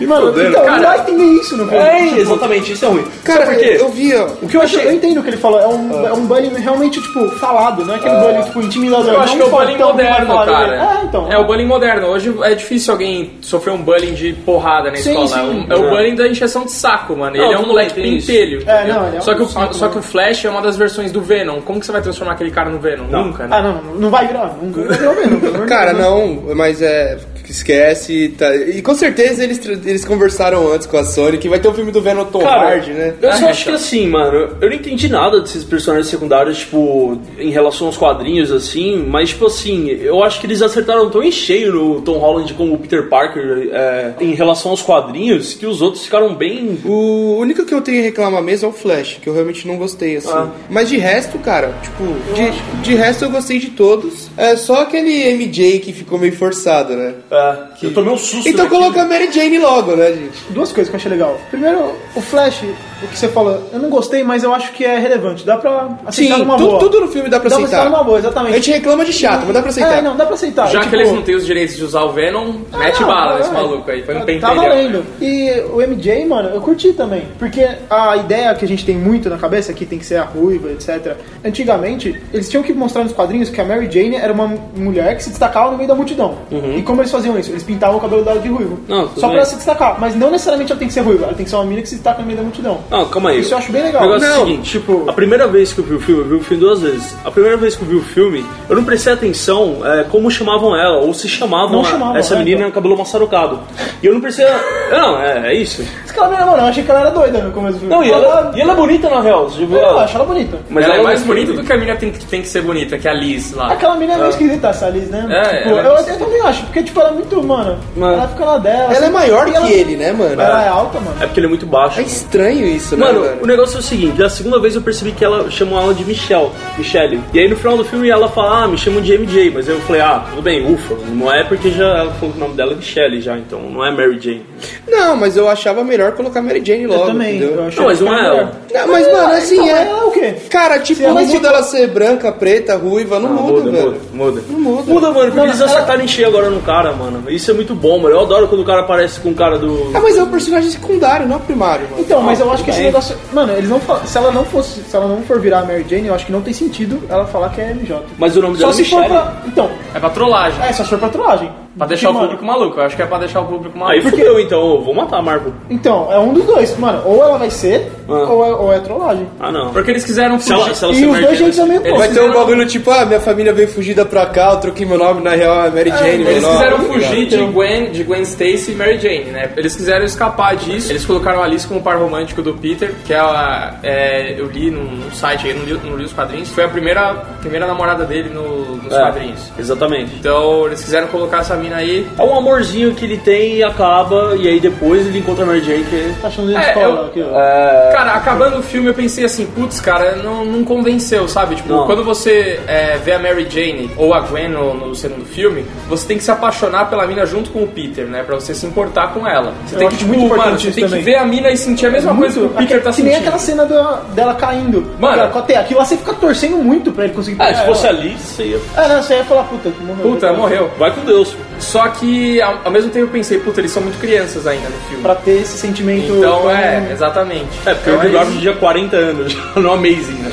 Me
Mano,
fodendo,
então,
cara.
não vai entender isso no filme.
É,
Tipo,
exatamente, isso é ruim.
Cara,
Sabe por quê?
eu, Ah. eu vi, ó.
O que eu
Mas eu, eu
achei...
entendo o que ele falou, é um, é um bullying realmente, tipo, falado, não é
Ah.
aquele bullying, tipo, intimidador.
Eu acho que
não
é o
um
bullying
fortão que vai
moderno,
falar dele.
cara.
É, então.
É o bullying moderno. Hoje é difícil alguém sofrer um bullying de porrada na
Sim,
escola.
sim.
É um- É o
É.
bullying da injeção de saco, mano.
Não,
ele é um
tudo
moleque
bem, tem isso.
pentelho. entendeu?
não, ele é um
só, que o,
saco,
só
né?
que o Flash é uma das versões do Venom. Como que você vai transformar aquele cara no Venom? Nunca, né?
Ah, não, não vai virar, não vai virar mesmo. pelo amor de
Cara,
Deus.
não, mas é. Esquece. Tá, e com certeza eles, tra- eles conversaram antes com a Sony que vai ter o filme do Venom Tom
Cara,
Hard, né?
Eu
Ah,
só acho que assim, mano, eu não entendi nada desses personagens secundários, tipo, em relação aos quadrinhos, assim, mas, tipo assim, eu acho que eles acertaram tão em cheio no Tom Holland como o Peter Parker é, em relação aos quadrinhos, que os outros ficaram bem.
O único que eu tenho a reclamar mesmo é o Flash, que eu realmente não gostei, assim.
Ah.
Mas de resto, cara, tipo, de, de resto eu gostei de todos. É só aquele MJ que ficou meio forçado, né?
É, Eu tomei um susto.
Então
daquilo.
coloca a Mary Jane logo, né, gente?
Duas coisas que eu achei legal. Primeiro, o Flash, o que você falou, eu não gostei, mas eu acho que é relevante. Dá pra aceitar
Sim,
numa
tu-
boa.
tudo no filme dá pra
dá pra
aceitar.
aceitar numa boa,
A
exatamente.
gente reclama de chato, mas dá pra aceitar.
É, não, dá pra aceitar.
Já
Tipo,
que eles não têm os direitos de usar o Venom, mete
não,
bala
é,
nesse maluco aí. Foi um
Tá
pentelho.
né?
valendo. E o MJ, mano, eu curti também. Porque a ideia que a gente tem muito na cabeça, que tem que ser a ruiva, etc. Antigamente, eles tinham que mostrar nos quadrinhos que a Mary Jane era uma mulher que se destacava no meio da multidão. E como eles faziam isso? Eles pintavam o cabelo dela de ruivo.
Uhum. Não, tudo
só pra
bem.
ela se destacar. Mas não necessariamente ela tem que ser ruiva. Ela tem que ser uma mina que se destaca no meio da multidão.
Não, calma aí.
Isso eu acho bem legal.
O negócio é
Não,
o seguinte,
tipo-
a primeira vez que eu vi o filme, eu vi o filme duas vezes. A primeira vez que eu vi o filme, eu não prestei atenção é, como chamavam ela, ou se chamavam,
Não
a-
chamavam,
essa
né,
menina
então.
cabelo maçarucado. E eu não prestei. Não, é, é isso.
Esse cara não era, mano, eu achei que ela era doida no começo do filme.
Não, e ela, e ela é bonita na real. você já viu
Eu
ela?
acho ela bonita.
Mas
ela, é
não
mais
é
bonita do que a mina tem, que tem que ser bonita, que é a Liz lá.
Aquela menina é
Ah.
meio esquisita, essa Liz, né?
É,
tipo,
ela é
eu,
esquisita.
eu também acho, porque, tipo, ela é muito, mano,
Mano.
ela fica na dela.
Ela é
assim,
maior
e
que ele, né, mano?
Ela é alta, mano.
É porque ele é muito baixo.
É estranho isso, né,
Mano,
mano?
o negócio é o seguinte, da segunda vez eu percebi que ela chamou ela de Michelle, Michelle. E aí no final do filme ela fala, ah, me chamam de MJ, mas eu falei, ah, tudo bem, ufa, não é porque já ela falou que o nome dela é Michelle já, então não é Mary Jane.
Não, mas eu achava melhor colocar Mary Jane logo.
Eu também,
entendeu?
eu acho
Não, mas não é ela.
Não, mas, mano, assim
então,
é.
ela é o quê?
Cara, tipo,
Se ela
o
muda-
muda ela ser branca, preta, ruiva, não muda, velho.
muda, muda.
Não muda.
Muda, mano, porque eles acertaram em cheio agora no cara, mano. Isso é muito bom, mano. Eu adoro quando o cara aparece com o cara do.
Ah, mas é um personagem secundário, não primário, mano.
Então, mas eu acho que esse negócio. Mano, eles não falam. Se ela não fosse. Se ela não for virar a Mary Jane, eu acho que não tem sentido ela falar que é MJ.
Mas o nome
Só
dela é
se for
Michelle.
pra. Então,
É pra trollagem.
é, só se for pra trollagem. Tipo,
Pra deixar o
Mano,
público maluco. Eu acho que é pra deixar o público
Aí
maluco.
fudeu então, eu vou matar a Marvel.
Então, é um dos dois, mano. Ou ela vai ser, ou, é, ou é trollagem.
Ah não.
Porque eles quiseram
Se ela,
fugir.
Ah. se ela
e
ser
os
Mary
dois
Jane,
jeitos é meio
eles
pouco.
Vai ter um bagulho tipo, ah, minha família veio fugida pra cá, eu troquei meu nome, na real é Mary Jane.
Eles
meu nome,
quiseram
tá ligado?
fugir de Gwen, de Gwen Stacy e Mary Jane, né? Eles quiseram escapar disso. Eles colocaram a Alice como par romântico do Peter, que é, a, é, eu li num, num site aí, não li, não li os quadrinhos. Foi a primeira, primeira namorada dele no-
É.
nos quadrinhos.
Exatamente.
Então eles quiseram colocar essa mina aí.
É um amorzinho que ele tem e acaba, e aí depois ele encontra a Mary Jane que
Tá achando de
É,
escola
eu-
aqui, ó.
é...
Cara, acabando o filme eu pensei assim, putz, cara, não, não convenceu, sabe? Tipo,
Não.
quando você é, vê a Mary Jane ou a Gwen no, no segundo filme, você tem que se apaixonar pela mina junto com o Peter, né? Pra você se importar com ela. Você
Eu
tem
acho
que, tipo,
muito importante
mano, você
isso
tem
também.
que ver a mina e sentir a mesma coisa que o Peter
Aquela-
tá
que
sentindo.
nem aquela cena da- dela caindo.
Mano.
Aquela- até aquilo lá você fica torcendo muito pra ele conseguir
Ah, se
pegar
fosse
ela.
ali, você ia...
Ah, não, você ia falar, puta, que morreu.
Puta, morreu.
Vai com Deus.
Só que ao, ao mesmo tempo eu pensei, puta, eles são muito crianças ainda no filme.
Pra ter esse sentimento.
Então
tão-
é, exatamente.
É, porque
Então,
o Andrew Garfield tinha 40 anos, no Amazing, né?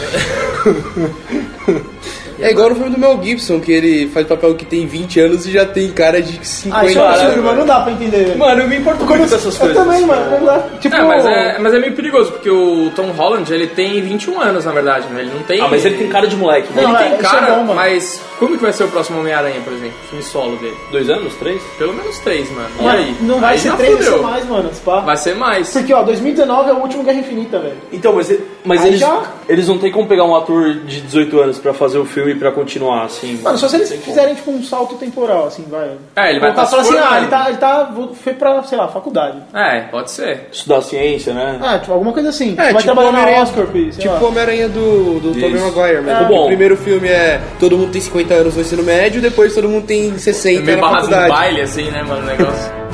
É igual no filme do Mel Gibson, que ele faz papel que tem 20 anos e já tem cara de 50
Ah, isso é
anos.
absurdo, mano. Não dá pra entender.
Mano, eu me importo com essas
eu
coisas.
também, mano. não dá. Tipo,
É, mas é, mas é meio perigoso, porque o Tom Holland, ele tem 21 anos, na verdade, né? Ele não tem...
Ah, mas ele tem cara de moleque. né?
Não,
Ele
é,
tem
isso é
cara,
bom, mano.
mas como que vai ser o próximo Homem-Aranha, por exemplo? Filme solo dele.
Dois anos? Três?
Pelo menos três, mano. E
Mano,
aí?
não vai
Aí
ser
já
três, vai
fudeu.
ser mais, mano. se pá.
Vai ser mais.
Porque, ó, 2019 é o último Guerra Infinita, velho.
Então, mas, ele- mas
Aí
eles,
já-
eles não tem como pegar um ator de 18 anos pra fazer o filme e pra continuar, assim.
Mano, só se eles
Não tem como.
fizerem, tipo, um salto temporal, assim, vai.
É, ele vai
Voltar
tá
e falar
se
assim, ah,
formando.
ele tá, ele tá, vo- foi pra, sei lá, faculdade.
É, pode ser.
Estudar ciência, né?
Ah, tipo, alguma coisa assim.
É,
vai
tipo
trabalhar
Homem-Aranha-
na Oscorp, sei
Tipo
lá.
o Homem-Aranha do, do Tobey
Isso.
Maguire, mano.
Ah. Bom.
O primeiro filme é todo mundo tem 50 anos no ensino médio, depois todo mundo tem 60
meio
na
barrado no
faculdade.
baile, assim, né, mano, o negócio.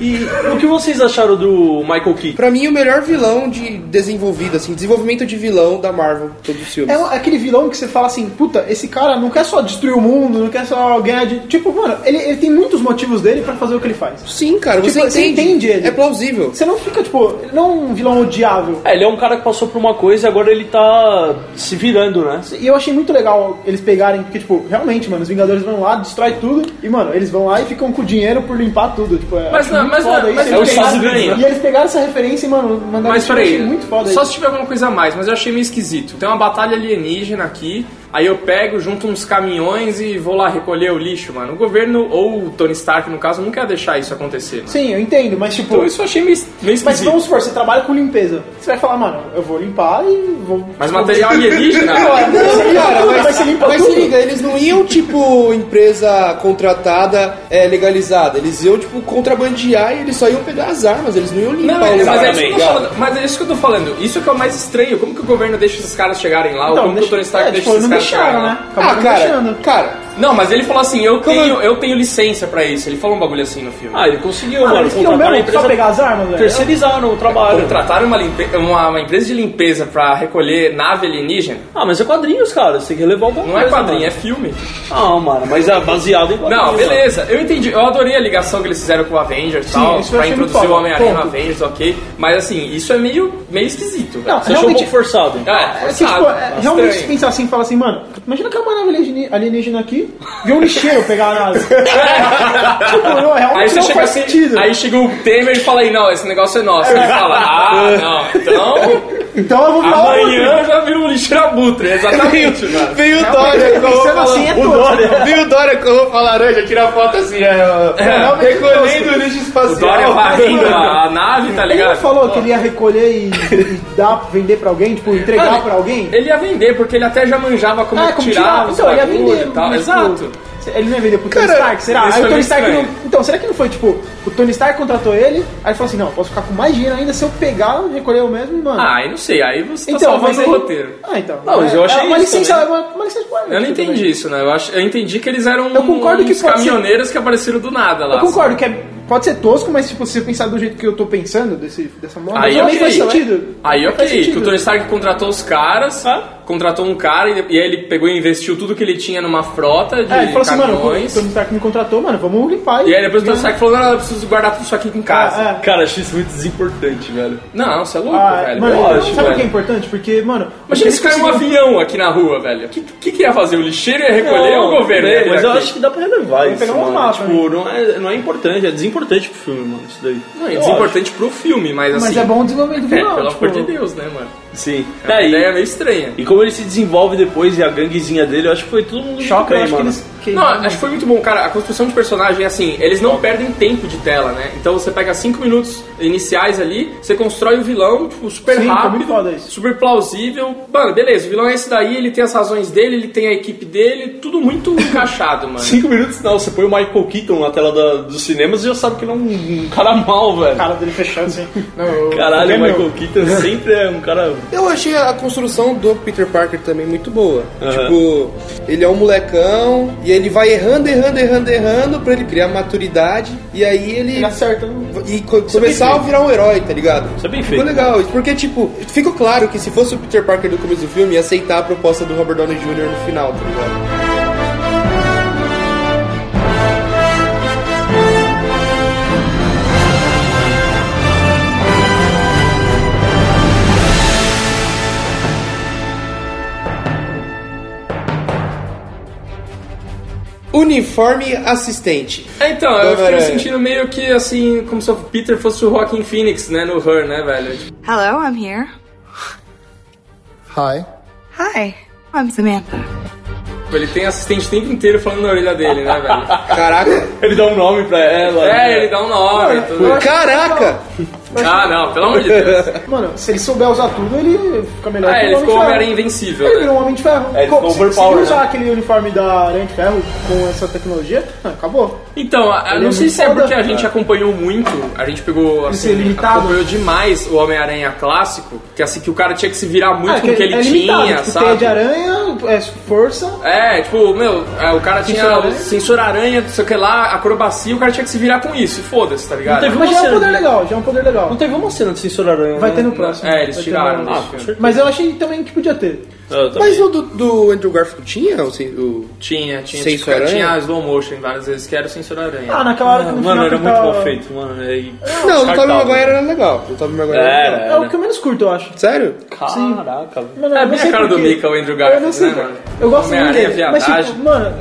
E o que vocês acharam do Michael Keaton?
Pra mim, o melhor vilão de desenvolvido, assim, desenvolvimento de vilão da Marvel, todos os filmes.
É um- aquele vilão que você fala assim, puta, esse cara não quer só destruir o mundo, não quer só ganhar de. Tipo, mano, ele, ele tem muitos motivos dele pra fazer o que ele faz.
Sim, cara, você
Tipo,
entende.
você entende ele.
É plausível.
Você não fica, tipo, ele não é um vilão odiável.
É, ele é um cara que passou por uma coisa e agora ele tá se virando, né?
E eu achei muito legal eles pegarem, porque, tipo, realmente, mano, os Vingadores vão lá, destrói tudo, e, mano, eles vão lá e ficam com dinheiro por limpar tudo. Tipo, é,
Mas
acho
não,
muito
mas
foda
não,
isso,
mas é
eles
o
pegaram-
Estados Unidos,
E eles pegaram essa referência e, mano, mandaram
Mas
isso, eu
peraí,
achei muito foda
só
isso.
se tiver alguma coisa a mais, mas eu achei meio esquisito. Tem uma batalha alienígena aqui, aí eu pego, junto uns caminhões e vou lá recolher o lixo, mano. O governo, ou o Tony Stark, no caso, não quer deixar isso acontecer, mano.
Sim, eu entendo, mas, tipo.
Então isso eu achei meio, meio esquisito.
Mas vamos supor, você trabalha com limpeza. Você vai falar, mano, eu vou limpar e vou.
Mas material alienígena?
Não, cara,
mas,
mas você limpa
mas
tudo.
se liga, eles não iam, tipo, empresa contratada, é, legalizada. Eles iam, tipo, contrabandear e eles só iam pegar as armas, eles não iam limpar
Não, mas,
os
mas é
armas.
isso que eu tô falando, mas é isso que eu tô falando. Isso que é o mais estranho. Como que o governo deixa esses caras chegarem lá? ou
Então,
como que o Tony Stark
é,
deixa
tipo,
esses
não
caras
deixaram,
chegarem lá?
né?
Ah,
Acabaram
cara,
deixando.
cara,
Não, mas ele falou assim, eu
Como
tenho, eu tenho licença pra isso. Ele falou um bagulho assim no filme.
Ah, ele conseguiu,
Mano,
mano.
eles queriam
Contrataram a
mesmo só
empresa...
pegar as armas, velho.
Terceirizaram o trabalho.
Contrataram uma, limpe- uma, uma empresa de limpeza pra recolher nave alienígena?
Ah, mas é quadrinhos, cara. Você tem que relevar alguma
Não
coisa.
é quadrinho, é
mano.
filme.
Não, mano, mas é baseado em quadrinhos.
Não, beleza. Eu entendi. Eu adorei a ligação que eles fizeram com o Avengers e
Sim,
tal.
isso eu
Pra
achei muito
introduzir o
foda.
Homem-Aranha no
Ponto.
Avengers, ok. Mas assim, isso é meio, meio esquisito. velho.
Não,
Você achou um
realmente-
pouco forçado.
Ah,
É que, tipo,
forçado,
é,
tá
realmente se
estranho.
pensar assim, fala assim, mano, imagina que a manada alienígena- alienígena aqui viu um lixeiro pegar a nave. tipo, não, realmente
Aí você
não
chega
faz
assim,
sentido.
aí chega o Temer e fala aí, não, esse negócio é nosso. Ele fala, ah, não, então
Então eu vou virar o Abutre.
Amanhã já vira um lixeiro abutre, exatamente, mano.
Veio o Dória, como
Pensando assim é todo.
Veio o Dória com roupa laranja, tira foto assim, é, ó, recolhendo o lixo espacial.
O Dória varrendo a a nave, tá
Ele não
ligado?
falou que ele ia recolher e, e dar, vender pra alguém, tipo, entregar
Mano,
pra alguém?
Ele ia vender, porque ele até já manjava como,
Ah,
tirar tirava os
Então, ele ia
bagulho
vender.
e tal.
mas, tipo,
Exato.
Ele não ia vender pro Tony Stark, será?
isso
Aí o
foi
Tony
meio
Stark não...
estranho.
Então, será que não foi, tipo, o Tony Stark contratou ele, aí ele falou assim, não, eu posso ficar com mais dinheiro ainda se eu pegar, recolher o mesmo e, mano...
Ah, aí não sei, aí você tá
então,
salvando
mas
o
aí-
roteiro.
Ah, então.
Não, mas eu achei
é uma
isso
licença,
também.
uma, uma licença poética
Eu não
também.
entendi isso, né? Eu, acho, eu entendi que eles eram
Eu concordo que
uns
pode ser-
caminhoneiros que apareceram do nada lá.
Eu concordo que é- pode ser tosco, mas, tipo, se eu pensar do jeito que eu tô pensando, desse, dessa moda,
Aí,
também
ok.
faz sentido.
Aí,
Faz
ok, que
sentido.
o Tony Stark contratou os caras, contratou um cara e, e aí ele pegou e investiu tudo que ele tinha numa frota de
É, ele falou assim, mano, o
caminhões.
Tony Stark me contratou, mano, vamos limpar.
E aí depois o Tony Stark falou, não, eu preciso guardar tudo isso aqui em casa.
Ah, é.
Cara, achei isso muito desimportante, velho.
Não, você é louco,
Ah,
velho.
mano,
Lógico,
sabe o que é
velho.
importante? Porque, mano...
Imagina
eles
se caiu um
conseguiram-
avião aqui na rua, velho. O que, que, que ia fazer? O lixeiro ia recolher ou o governo? ia
É,
vir
mas eu
aqui?
acho que dá pra relevar isso.
pegar um
mano.
mapa,
tipo, não é, não é importante, é desimportante pro filme, mano, isso daí.
Não, é desimportante pro filme, mas assim.
Mas é bom o desenvolvimento do
É,
vilão,
pelo
tipo,
amor de Deus, né, mano?
Sim.
É, uma
É,
ideia
e,
meio estranha.
e como ele se desenvolve depois e a ganguezinha dele, eu acho que foi todo mundo
Choca, eu
muito
acho
bem,
que
mano.
eles... que-
Não, acho que foi muito bom, cara. A construção de personagem, assim, eles não perdem tempo de tela, né? Então você pega cinco minutos iniciais ali, você constrói o vilão, tipo, super
Sim, foi
rápido,
muito foda isso.
super plausível. Mano, beleza, o vilão é esse daí, ele tem as razões dele, ele tem a equipe dele, tudo muito encaixado, mano.
Cinco minutos não, você põe o Michael Keaton na tela da- dos cinemas e já sabe que ele é um, um cara mal, velho.
cara dele fechando assim. Não, eu-
Caralho,
eu
o
lembro-
Michael Keaton sempre é um cara.
Eu achei a construção do Peter Parker também muito boa. Tipo, ele é um molecão e ele vai errando, errando, errando, errando pra ele criar maturidade e aí ele
Ele acerta. não-
e co- começar a virar um herói, tá ligado?
é Isso é bem
Ficou
feito.
legal, isso, porque tipo, ficou claro que se fosse o Peter Parker do começo do filme, ia aceitar a proposta do Robert Downey Jr. no final, tá ligado? Uniforme assistente.
É, então,
Então,
eu fiquei me
velho,
sentindo meio que assim, como se o Peter fosse o Rockin' Phoenix, né, no Her, né, velho? Tipo,
Hello, I'm here. Hi. Hi, I'm Samantha.
ele tem assistente o tempo inteiro falando na orelha dele, né, velho?
Caraca.
Ele dá um nome pra ela.
É, ele dá um nome e tudo.
Caraca!
Ah, não, pelo amor de Deus.
Mano, se ele souber usar tudo, ele fica melhor.
Ah,
que
ele
o
ficou
Homem de
Homem-Aranha
Ferro.
invencível,
Ele
né?
virou um homem de ferro.
É, ele
Co-
ficou
se, se ele
overpowered,
usar
né?
aquele uniforme da Aranha de Ferro com essa tecnologia, ah, acabou.
Então, a-
Ele
não
é
sei
muito
se é
foda,
porque a
cara.
gente acompanhou muito, a gente pegou,
ser
assim,
limitado.
acompanhou demais o Homem-Aranha clássico, que assim, que o cara tinha que se virar muito
Ah,
com o que ele
é limitado,
tinha,
tipo, teia
sabe?
de aranha, é, força.
É, tipo, meu, é, o cara tinha
Sensor-aranha.
o sensor aranha, não sei o que lá, acrobacia, o cara tinha que se virar com isso, e foda-se, tá ligado?
Não teve
Mas já é um
cena.
poder legal, já é um poder legal.
Não teve uma cena de censura aranha.
Vai
né?
ter no próximo.
É, eles
Vai ter
tiraram
no-
desse
com
filme.
certeza.
Mas eu achei também que podia ter.
Ah, Eu também.
Mas o do, do Andrew Garfield tinha? O, sen- o-
Tinha, tinha,
Sensor
tipo,
aranha?
tinha slow motion várias vezes, que era o sensor aranha.
Ah, naquela hora que no
Mano,
final
era
que
muito
tá-
mal feito, mano. é E...
Não, o do Tobey
Descartável.
Maguire era legal. O Tobey Maguire era legal.
Era,
É o
era.
que eu menos curto, eu acho.
Sério?
Caraca, velho.
Mano,
É
eu não
bem
sei
a cara do
por quê.
Mika, o Andrew
Eu não
Garfield,
sei,
né, mano?
Eu gosto muito
Homem-Aranha, é
dele. Mas,
viadagem.
tipo, mano,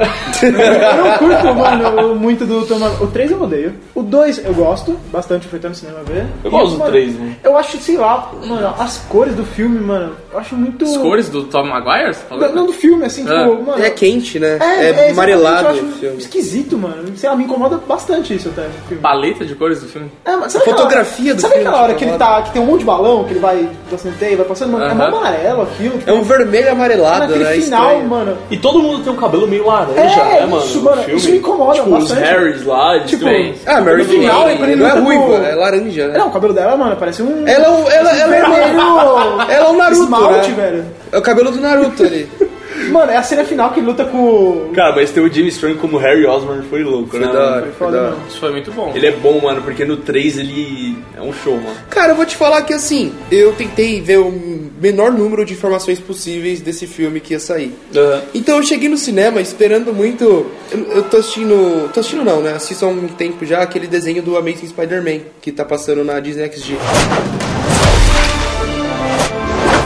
eu não curto, mano, muito do Toma. O 3 eu odeio. O 2 eu gosto bastante, eu fui até no cinema ver.
Eu gosto do
Mano,
três, né? mano.
Eu acho, sei lá, mano, as cores do filme, mano, eu acho muito.
As cores do Tom Maguire? você falou?
Não, não do filme, assim, tipo,
Ah.
mano.
É quente, né?
é,
É,
exatamente, eu
amarelado
acho
o filme.
Esquisito, mano. Sei lá, me incomoda bastante isso até. no filme.
Paleta de cores do filme?
É, mas sabe aquela-
fotografia do
Sabe
filme
aquela
te
hora que ele tá, que tem um monte de balão, que ele vai passando teia, vai passando, mano, é mó
Aham.
amarelo aquilo.
É um vermelho amarelado,
Naquele
né?
final,
Estranho.
mano.
E todo mundo tem um cabelo meio laranja,
É,
né, mano?
isso,
no
mano,
filme.
isso me incomoda
Tipo,
bastante.
os Harrys lá, eles
Tipo,
têm-
Ah, Mary
No final,
Jane.
quando ele
não
tá
é
luta com-
ruiva, é laranja, né?
Não, o cabelo dela, mano, parece um.
Ela é o- ela- ela é o-
vermelho.
Ela é o Naruto,
Esmalte,
né?
velho.
É o cabelo do Naruto ali.
Mano, é a cena final que ele luta com.
Cara, mas ter o Jimmy Strong como Harry Osborn foi louco, né?
Foi
mano?
da hora, foi da
Foda,
hora.
mano.
Isso foi muito bom.
Ele é bom, mano, porque no 3 ele é um show, mano.
Cara, eu vou te falar que assim, eu tentei ver o menor número de informações possíveis desse filme que ia sair. Então eu cheguei no cinema esperando muito. Eu, eu tô assistindo. Tô assistindo não, né? Assisto há um tempo já aquele desenho do Amazing Spider-Man que tá passando na Disney XD.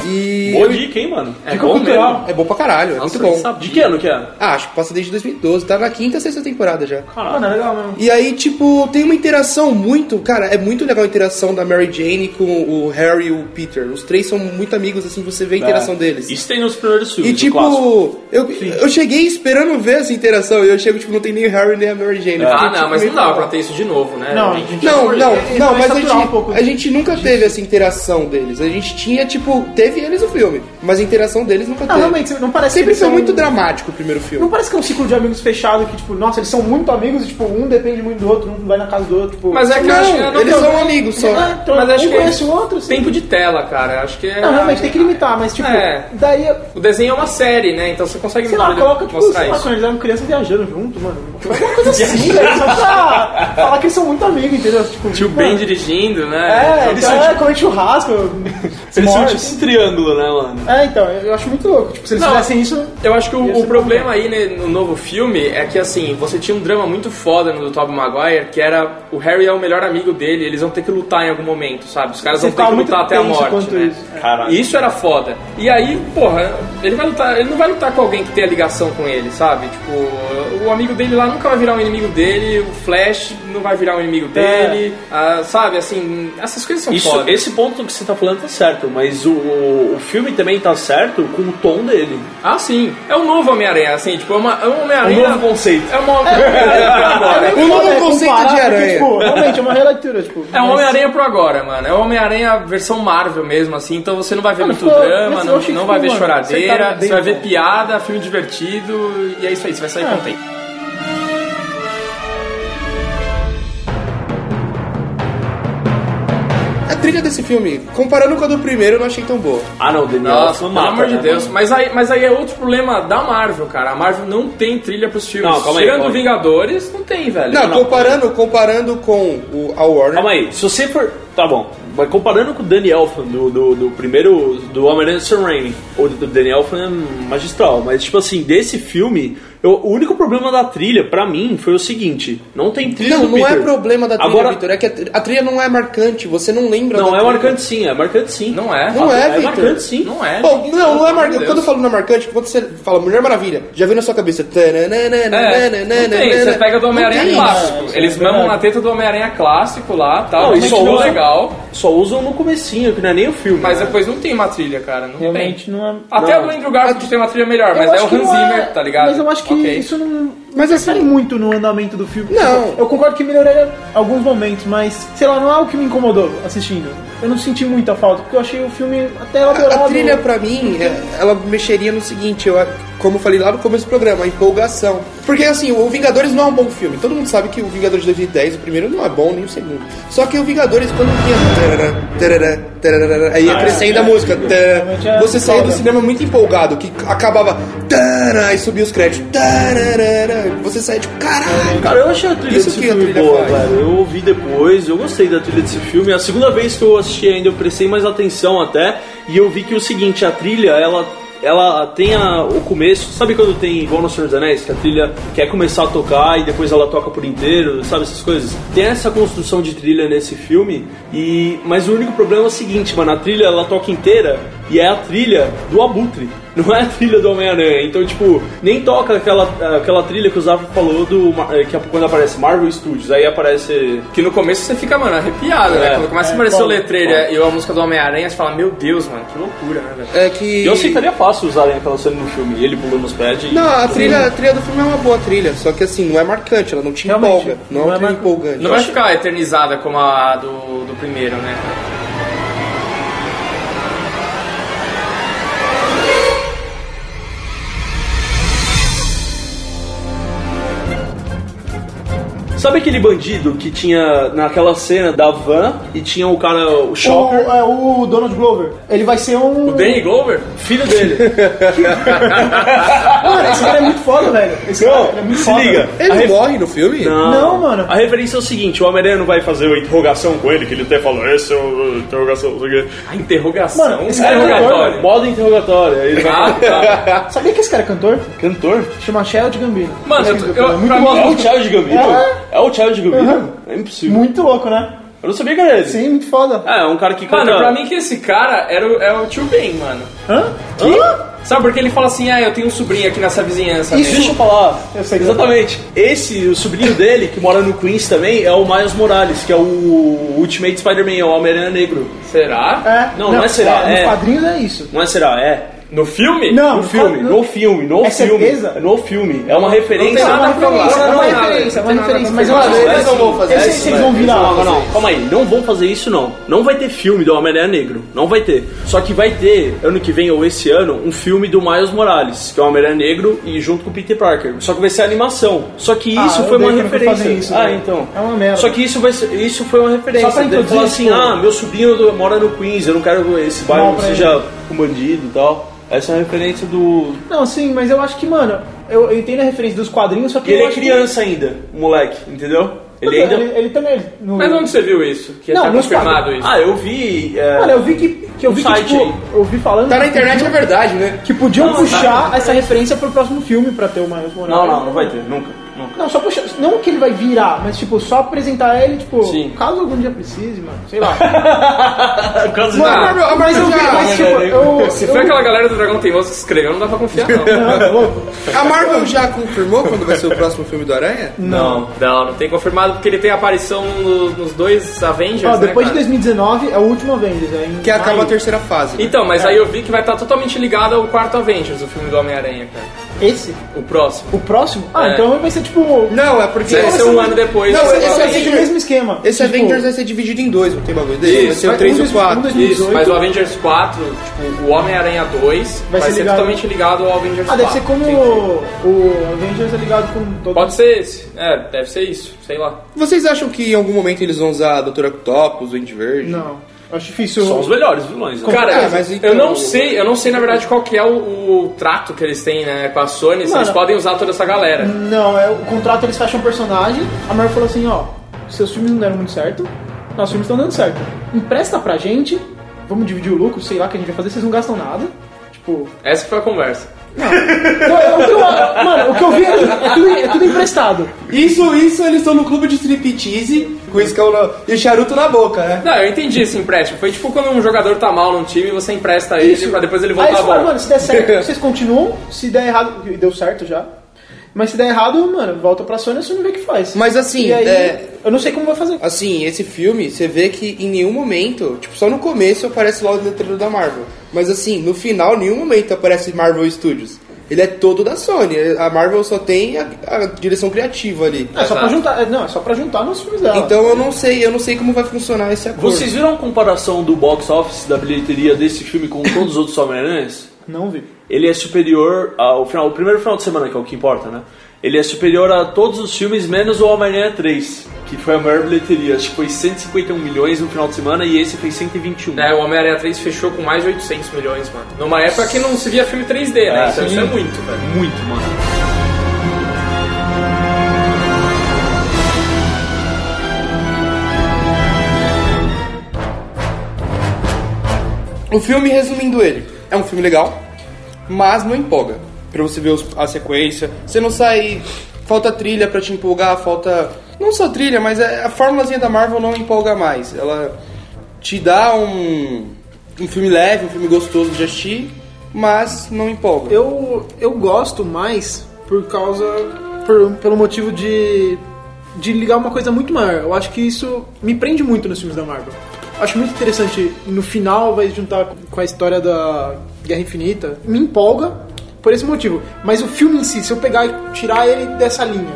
E.
Boa dica, hein, mano?
É
dica
bom
cultural.
É bom pra caralho, é
Nossa,
muito bom.
sabe-
De que ano que é?
Ah, acho que passa desde 2012, tá na quinta, sexta temporada já.
Mano, é legal mesmo.
E aí, tipo, tem uma interação muito. Cara, é muito legal a interação da Mary Jane com o Harry e o Peter. Os três são muito amigos, assim, você
É,
vê a interação deles.
Isso tem nos primeiros filmes.
E
o clássico.
tipo, eu, eu cheguei esperando ver essa interação e eu chego, tipo, não tem nem o Harry nem a Mary Jane. Eu
Ah,
fiquei,
não,
tipo,
mas
meio
não dava
mal.
pra ter isso de novo, né?
Não,
Tem que-
Não, não,
Ele
não,
vai
mas a gente,
saturar um pouco.
a gente nunca teve essa interação deles. A gente tinha, tipo, teve eles no filme, mas a interação deles nunca
Não,
teve.
realmente, não parece que
Sempre
eles
foi
são-
muito dramático o primeiro filme.
Não parece que é um ciclo de amigos fechado que, tipo, nossa, eles são muito amigos e, tipo, um depende muito do outro, um vai na casa do outro, tipo...
Mas é que eu acho que
Não,
não
eles
tem-
são amigos só.
Ah, então,
Mas acho
um
que- é
conhece o outro, assim.
Tempo de tela, cara. Acho que é.
Não, realmente, tem que limitar, mas, tipo,
É.
daí...
O desenho é uma série, né? Então você consegue
Sei lá,
poder
coloca, tipo,
mostrar
sei lá,
isso.
quando eles eram crianças viajando junto, mano. Alguma coisa assim, velho, só pra falar que eles são muito amigos, entendeu? Tipo,
Tio
mano,
Ben dirigindo, né?
É, eles são, é, comem churrasco.
Eles são
morrem.
tipo um triângulo, né, mano?
É, então, eu acho muito louco. Tipo, se eles
Não.
fizessem isso,
Eu acho que
Ia
o,
ser
o problema aí né, no novo filme é que assim, você tinha um drama muito foda no do Tobey Maguire, que era o Harry é o melhor amigo dele, eles vão ter que lutar em algum momento, sabe? Os caras
Você
vão ter que
ficava muito
lutar até a
tenso
morte.
quanto
Né?
isso.
Caralho.
E isso era foda. E aí, porra, ele vai lutar, ele não vai lutar com alguém que tenha ligação com ele, sabe? Tipo, o amigo dele lá nunca vai virar um inimigo dele, o Flash não vai virar um inimigo dele, ah, sabe? Assim, essas coisas são
Isso,
fodas.
esse ponto que você tá falando tá certo, mas o, o filme também tá certo com o tom dele.
Ah, sim. É um novo Homem-Aranha, assim, tipo, é, uma, é um
O
Homem-Aranha.
novo conceito.
É uma Homem-Aranha pra agora.
O novo
É,
conceito
comparar,
de
porque,
aranha.
tipo, realmente, é uma releitura, tipo.
É
mas-
o Homem-Aranha pro agora, mano. É o Homem-Aranha versão Marvel mesmo, assim. Então você não vai ver
Mano,
muito
ficou-
drama,
mas
não,
eu achei
não tá
que
vai ver
ficou, mano,
choradeira,
acertaram bem,
você vai ver
mano.
piada, filme divertido, e é isso aí, você vai sair contente.
A trilha desse filme, comparando com a do primeiro, eu não achei tão boa.
Ah não, Daniel,
Nossa,
ela
pelo
mata,
amor de
né,
Deus.
mano?
Mas aí, mas aí é outro problema da Marvel, cara. A Marvel não tem trilha pros filmes.
Não, calma aí,
Tirando
calma aí.
Vingadores, não tem, velho.
Não, comparando, comparando com o, a Warner.
Calma aí, se você for. Tá bom, mas comparando com o Daniel Elfman do, do, do primeiro. do Homem-Aranha e Sam Raimi, ou do Daniel Elfman é magistral, mas tipo assim, desse filme, eu- o único problema da trilha, pra mim, foi o seguinte: não tem trilha.
Não,
do
não é
Peter.
problema da trilha,
Agora,
Vitor. É que a tri- a trilha não é marcante, você não lembra
Não,
da
é
trilha.
marcante sim, é marcante sim.
Não é.
Não é,
é
Vitor.
marcante sim.
Não é.
Bom, não, não é
Pelo amor de
marcante.
Deus.
Quando eu falo não é marcante, quando você fala Mulher Maravilha, já vem na sua cabeça. né,
É, não tem. Você pega do Homem-Aranha clássico. Eles mamam na teta do Homem-Aranha clássico lá, tá?
Não,
Não,
isso
isso
usa-
legal.
Só usam no comecinho, que não é nem o filme.
Mas
né?
depois não tem uma trilha, cara. Não
Realmente
tem.
não é.
Até o Andrew Garfield tem uma trilha melhor, mas
Eu
é o
acho
Hans
que não é-
Zimmer, tá ligado?
Mas eu acho que
Ok.
isso não. Mas assim. muito no andamento do filme.
Não.
Tipo, Eu concordo que melhoraria alguns momentos, mas, sei lá, não é o que me incomodou assistindo. Eu não senti muita falta, porque eu achei o filme até elaborado.
A, a trilha, pra mim, é- ela mexeria no seguinte, eu, como eu falei lá no começo do programa, a empolgação. Porque, assim, o Vingadores não é um bom filme. Todo mundo sabe que o Vingadores de 2010, o primeiro, não é bom, nem o segundo. Só que o Vingadores, quando vinha... tarará, tarará, tarará, Aí ia crescendo a música. tarará, Você saía do cinema muito empolgado, que acabava... tarará, E subia os créditos. tarará, Você saía tipo, caralho.
Cara, eu achei a trilha
Isso
desse
que é a
filme
trilha
boa,
faz.
velho. Eu ouvi depois, eu gostei da trilha desse filme. É A segunda vez que eu assisti ainda, eu prestei mais atenção até. E eu vi que o seguinte, a trilha, ela. Ela tem a- o começo, sabe quando tem igual no Senhor dos Anéis, que a trilha quer começar a tocar e depois ela toca por inteiro, sabe essas coisas? Tem essa construção de trilha nesse filme, e mas o único problema é o seguinte, mano, a trilha ela toca inteira e é a trilha do Abutre, não é a trilha do Homem-Aranha. Então, tipo, nem toca aquela, aquela trilha que o Zafra falou do, Mar- eh, que é quando aparece Marvel Studios, aí aparece.
Que no começo você fica, mano, arrepiado, né?
É.
Quando começa a aparecer o letreiro e a música do Homem-Aranha, você fala, meu Deus, mano, que loucura, né, velho?
É que...
E eu aceitaria fácil usarem aquela cena no filme, ele pulando os pads. e-
Não, a trilha, a trilha do filme é uma boa trilha, só que assim, não é marcante, ela não te
Realmente,
empolga. Não, é uma
não é
trilha
mar-
empolgante.
Não vai ficar eternizada como a do, do primeiro, né?
Sabe aquele bandido que tinha naquela cena da van e tinha o cara, o
O,
Shocker?
é, o Donald Glover. Ele vai ser um.
O Danny Glover?
Filho dele.
Mano, esse cara é muito foda, velho. Esse cara ele é muito
se
foda.
liga.
Ele morre no filme?
Não, mano.
A referência é o seguinte: o Homem-Aranha não vai fazer a interrogação com ele, que ele até falou, esse é o interrogação. não sei o quê.
A interrogação.
Mano, esse cara é
interrogatório.
Modo interrogatório. Aí ele vai-
Ah, tá.
Sabia que esse cara é cantor?
Cantor?
Chama Shell de Gambino.
Mano, eu,
Esse
eu,
cantor é muito
pra
É
mim,
o Charles Gambino? É o Charles Gambino? É impossível.
Muito louco, né?
Eu não sabia que era ele.
Sim, muito foda.
Ah,
É, é um cara que canta...
Mano, pra mim que esse cara era o, é o tio Ben, mano.
Hã? Hã?
Sabe, porque ele fala assim, ah, eu tenho um sobrinho aqui nessa vizinhança.
Isso.
Deixa eu falar.
Eu sei que
Exatamente. Esse, o sobrinho dele, que mora no Queens também, é o Miles Morales, que é o Ultimate Spider-Man, é o Homem-Aranha Negro.
Será?
É.
Não, não é será,
Nos
é.
quadrinhos é isso.
Não é será? É.
No filme?
Não,
No filme,
não-
no filme, no
É
filme.
certeza?
No filme. É uma referência.
É uma
nada pra falar.
referência, é
Não,
uma
não,
referência, é uma
não,
referência.
não,
Mas eu
não,
acho
não,
não vão fazer
Eu sei que
isso, né?
vocês
velho.
vão virar.
Não, não, não, calma aí, não vão fazer isso não. Não vai ter filme do Homem-Aranha Negro, não vai ter. Só que vai ter, ano que vem ou esse ano, um filme do Miles Morales, que é o Homem-Aranha Negro e junto com o Peter Parker. Só que vai ser animação. Só que
Ah,
isso
eu
foi uma
odeio quando
referência.
fazem isso,
ah,
velho.
então.
É uma merda.
Só que isso, vai ser- isso foi uma referência.
Só pra
Deve falar assim,
introduzir, pô.
ah, meu sobrinho do- mora no Queens, eu não quero que esse
Não,
bairro
pra
seja com bandido e tal. Essa é uma referência do...
Não, sim, mas eu acho que, mano, eu, eu entendo a referência dos quadrinhos, só que
E ele
eu
é
acho que-
criança ainda, o moleque, entendeu?
Não,
Ele ainda...
ele, ele também. ele- no-
Mas onde você viu isso? Que
Não,
tá
nos
confirmado
quadros.
isso.
Ah, eu vi... é,
Mano, eu vi que, que eu vi
No
que, tipo,
site
eu vi falando
Tá na
que
internet é verdade, né?
que podiam puxar essa referência pro próximo filme pra ter o Miles Morales.
tá. Não, não, não vai ter, nunca. nunca.
Não, só puxar, não que ele vai virar, mas tipo, só apresentar ele, tipo,
Sim.
caso algum dia precise, mano, sei lá.
É, Por causa
Mano, mas, mas eu vi, mas tipo, eu.
Se
eu-
foi aquela galera do Dragão Teimoso que escreveu, não dá pra confiar, não.
A Marvel já confirmou quando vai ser o próximo filme do Aranha?
não, não, não tem confirmado, porque ele tem aparição no- nos dois Avengers,
Ó,
né,
depois de
cara?
2019 é o último Avengers, é em
Que acaba a
maio.
terceira fase. né?
Então, mas aí eu vi que vai estar totalmente ligado ao quarto Avengers, o filme do Homem-Aranha, cara.
Esse?
O próximo.
O próximo? Ah,
É.
então vai ser tipo.
Não, é porque.
Vai ser um ano depois.
Não,
Vai
esse
ser-
vai ser o
Avengers-
mesmo esquema.
Esse
Tipo,
Avengers é- vai ser dividido em dois, não tem bagulho dele? Vai
Isso,
ser o
vai-
3
um
e o
dois- um
4.
dois-
Isso,
18.
mas o Avengers 4, tipo, o Homem-Aranha 2 vai,
ser
ser,
ligado-
totalmente ligado ao Avengers
Ah,
4.
deve ser como
tá, Entendi.
o, o Avengers é ligado com todo
Pode ser esse. É, deve ser isso. Sei lá.
Vocês acham que em algum momento eles vão usar a Doutora Octopus, o Duende Verde?
Não. Acho difícil.
São os melhores vilões. né?
Cara,
É, mas então-
eu não sei, eu não sei na verdade qual que é o, o trato que eles têm, né, com a Sony, se
Mano-
eles podem usar toda essa galera.
Não, é o contrato eles fecham um personagem. A Marvel falou assim: ó, seus filmes não deram muito certo, nossos filmes estão dando certo. Empresta pra gente, vamos dividir o lucro, sei lá o que a gente vai fazer, vocês não gastam nada. Tipo.
Essa foi a conversa.
Então, é o que eu- mano, o que eu vi é tudo, é tudo- é tudo emprestado.
Isso, isso, eles estão no clube de striptease com iscão na- e charuto na boca, né?
Não, eu entendi esse empréstimo. Foi tipo quando um jogador tá mal num time, você empresta ele pra depois ele
É Aí
voltar
eles falaram,
bom.
mano, se der certo, vocês continuam, se der errado, e deu certo já. Mas se der errado, mano, volta pra Sony e a Sony vê o que faz.
Mas assim,
E aí,
é,
eu não sei como vai fazer.
Assim, esse filme, você vê que em nenhum momento, tipo, só no começo aparece lá o letreiro da Marvel. Mas assim, no final, em nenhum momento aparece Marvel Studios. Ele é todo da Sony. A Marvel só tem a, a direção criativa ali.
É só pra juntar, é, não, é só pra juntar nos filmes dela.
tá. Então eu não sei, eu não sei como vai funcionar esse acordo.
Vocês viram a comparação do box office da bilheteria desse filme com todos os outros Homem-Aranhas?
Não vi.
Ele é superior ao final, o primeiro final de semana, que é o que importa, né? Ele é superior a todos os filmes, menos o Homem-Aranha 3, que foi a maior bilheteria. Acho que foi 151 milhões no final de semana e um. esse fez 121.
É, o Homem-Aranha 3 fechou com mais de 800 milhões, mano. Numa época que não se via filme 3D, né?
É,
então isso
sim.
é muito, velho.
Muito, mano.
O filme, resumindo ele, é um filme legal, mas não empolga. Pra você ver os- a sequência. Você não sai. Falta trilha pra te empolgar, falta. Não só trilha, mas é- a formulazinha da Marvel não empolga mais. Ela te dá um. um filme leve, um filme gostoso de assistir, mas não empolga.
Eu, eu gosto mais por causa. por- pelo motivo de. de ligar uma coisa muito maior. Eu acho que isso me prende muito nos filmes da Marvel. Acho muito interessante. No final vai juntar com a história da Guerra Infinita. Me empolga por esse motivo. Mas o filme em si, se eu pegar e tirar ele dessa linha,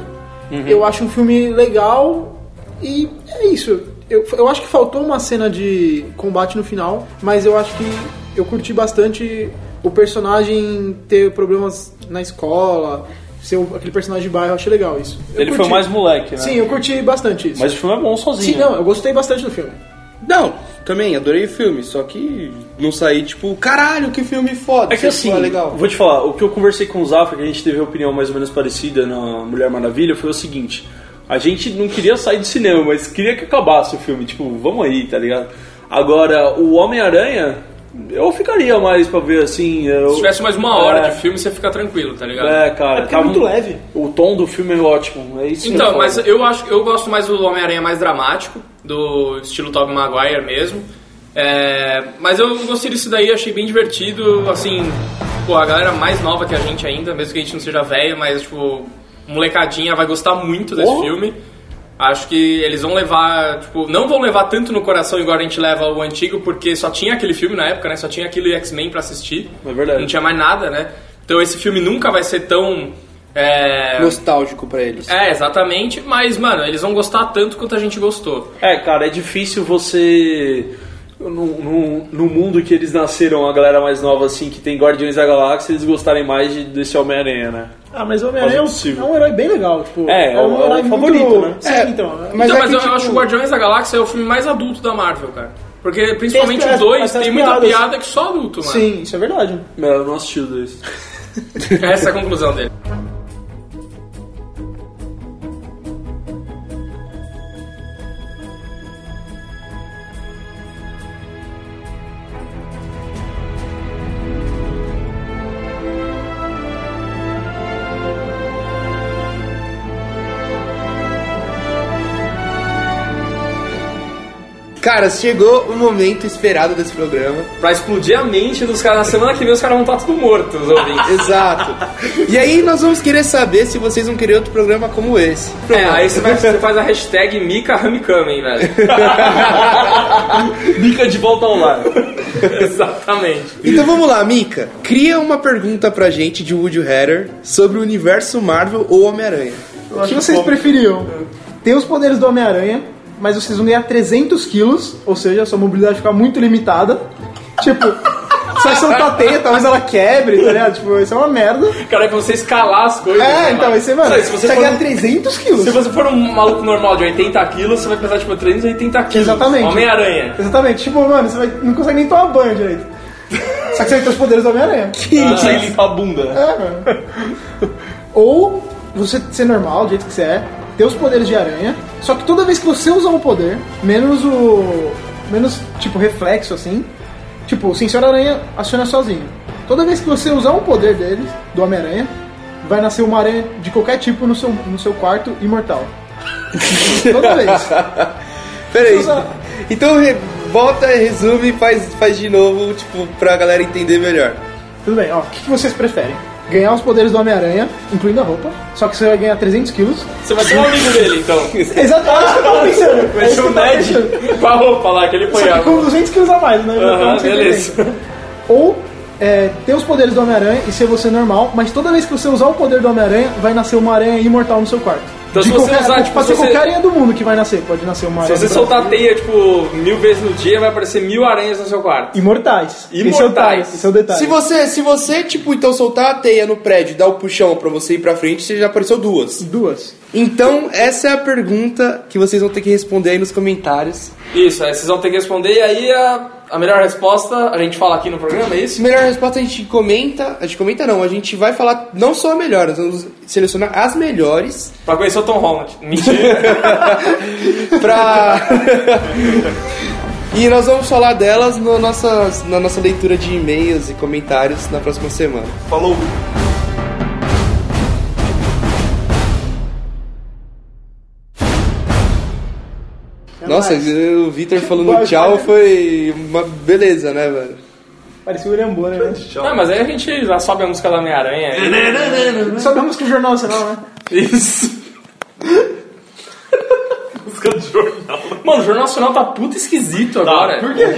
eu acho um filme legal e é isso. Eu, eu acho que faltou uma cena de combate no final, mas eu acho que eu curti bastante o personagem ter problemas na escola, ser o- aquele personagem de bairro, eu achei legal isso. Eu
Ele foi
curti.
mais moleque, né?
Sim, eu curti bastante isso.
Mas o filme é bom sozinho.
Sim, não, eu gostei bastante do filme.
Não, também, adorei o filme, só que não saí tipo, caralho, que filme foda.
É que assim,
Pô, legal.
vou te falar, o que eu conversei com o Zafra, que a gente teve a opinião mais ou menos parecida na Mulher Maravilha, foi o seguinte: a gente não queria sair do cinema, mas queria que acabasse o filme, tipo, vamos aí, tá ligado? Agora, o Homem-Aranha, Eu ficaria mais pra ver, assim. Eu...
Se tivesse mais uma hora
É.
de filme, você fica tranquilo, tá ligado?
É, cara.
porque é muito
um-
leve.
O tom do filme é ótimo. É isso que eu
Então,
falo.
mas eu acho eu gosto mais do Homem-Aranha mais dramático, do estilo Tobey Maguire mesmo. É, mas eu gostei disso daí, achei bem divertido, assim, pô, a galera mais nova que a gente ainda, mesmo que a gente não seja velho, mas tipo, molecadinha vai gostar muito desse filme. Acho que eles vão levar, tipo, não vão levar tanto no coração igual a gente leva o antigo, porque só tinha aquele filme na época, né? Só tinha aquele X-Men pra assistir.
É verdade.
Não tinha mais nada, né? Então esse filme nunca vai ser tão. é,
Nostálgico pra eles.
é, exatamente, mas, mano, eles vão gostar tanto quanto a gente gostou.
É, cara, é difícil você. No, no, no mundo que eles nasceram, a galera mais nova, assim, que tem Guardiões da Galáxia, eles gostarem mais de- desse Homem-Aranha, né?
Ah, mas o Homem-Aranha é,
Quase impossível.
um- é um herói bem legal, tipo.
É, é o- é o
herói
favorito,
muito...
né?
Sim,
É,
então. é-
Mas
então,
é
mas
que,
eu
tipo-
acho que Guardiões da Galáxia é o filme mais adulto da Marvel, cara. Porque principalmente
Tem as-
o 2
as- as
tem muita
piadas.
piada que só adulto, mano.
Sim, isso é verdade.
Melhor não assistir os dois.
Essa é a conclusão dele.
Cara, chegou o momento esperado desse programa.
Pra explodir a mente dos caras, na semana que vem os caras vão estar tudo mortos, os ouvintes.
Exato. E aí nós vamos querer saber se vocês vão querer outro programa como esse.
é, aí você, vai- você faz a hashtag Mika Hamikamen, velho.
Bica de volta ao lar.
exatamente.
Então vamos lá, Mika. Cria uma pergunta pra gente de Woody Hatter sobre o universo Marvel ou Homem-Aranha.
O que vocês preferiam? Ter os poderes do Homem-Aranha, mas vocês vão ganhar 300 quilos, ou seja, a sua mobilidade fica muito limitada. Tipo, você vai soltar a teia, talvez ela quebre, tá ligado? Tipo, isso é uma merda.
Cara, é pra você escalar as coisas. né,
É, então,
mano?
aí você, mano,
Sabe, se
você
você
vai
for
ganhar 300 quilos.
Se você for um maluco normal de 80 quilos, você vai pesar tipo 380 quilos.
Exatamente.
Homem-Aranha.
Exatamente. Tipo, mano, você vai- não consegue nem tomar banho direito. Só que você vai ter os poderes do Homem-Aranha.
Sem limpar Ah, a bunda.
É, mano. Ou você ser normal, do jeito que você é, ter os poderes de aranha, só que toda vez que você usar um poder, menos o. menos tipo reflexo assim, tipo, o sensor aranha aciona sozinho. Toda vez que você usar um poder deles, do Homem-Aranha, vai nascer uma aranha de qualquer tipo no seu, no seu quarto imortal. toda vez.
Peraí.
Usa-
Então re- volta, resume e faz, faz de novo, tipo, pra galera entender melhor.
Tudo bem, ó, o que que vocês preferem? Ganhar os poderes do Homem-Aranha, incluindo a roupa, só que você vai ganhar 300 quilos.
Você vai ser um amigo dele, então.
Exatamente o É que eu tava pensando.
Vai ser o Ned com a roupa lá que ele põe
Só que com 200 quilos a mais, né?
Aham,
Não sei o que
beleza.
tem. Ou é, ter os poderes do Homem-Aranha e ser você normal, mas toda vez que você usar o poder do Homem-Aranha, vai nascer uma aranha imortal no seu quarto.
Então,
De
se você
qualquer-
usar, tipo,
pode
se
ser
você-
qualquer aranha do mundo que vai nascer, pode nascer uma
Se
aranha.
você
do Brasil.
soltar a teia, tipo, mil vezes no dia, vai aparecer mil aranhas no seu quarto.
Imortais. Esse é o detalhe.
Imortais.
Esse é o detalhe.
Se você, se você, tipo, então soltar a teia no prédio e dar o puxão pra você ir pra frente, você já apareceu duas.
Duas.
Então, essa é a pergunta que vocês vão ter que responder aí nos comentários.
Isso, aí vocês vão ter que responder, e aí a, a melhor resposta a gente fala aqui no programa, é
Se
isso?
melhor resposta a gente comenta, a gente comenta não, a gente vai falar não só a melhor, nós vamos selecionar as melhores
Pra conhecer o Tom Holland. Mentira.
pra. e nós vamos falar delas no nossas, na nossa leitura de e-mails e comentários na próxima semana.
Falou.
nossa, o Victor falando
Vai,
tchau
vai.
foi uma beleza, né, velho?
Parecia o William Bonner, né?
Não, Ah, mas aí a gente já sobe a música da Homem-Aranha. aí- né?
Só da música do Jornal Nacional, né?
Isso.
Música do jornal.
Mano, o Jornal Nacional tá puta esquisito agora.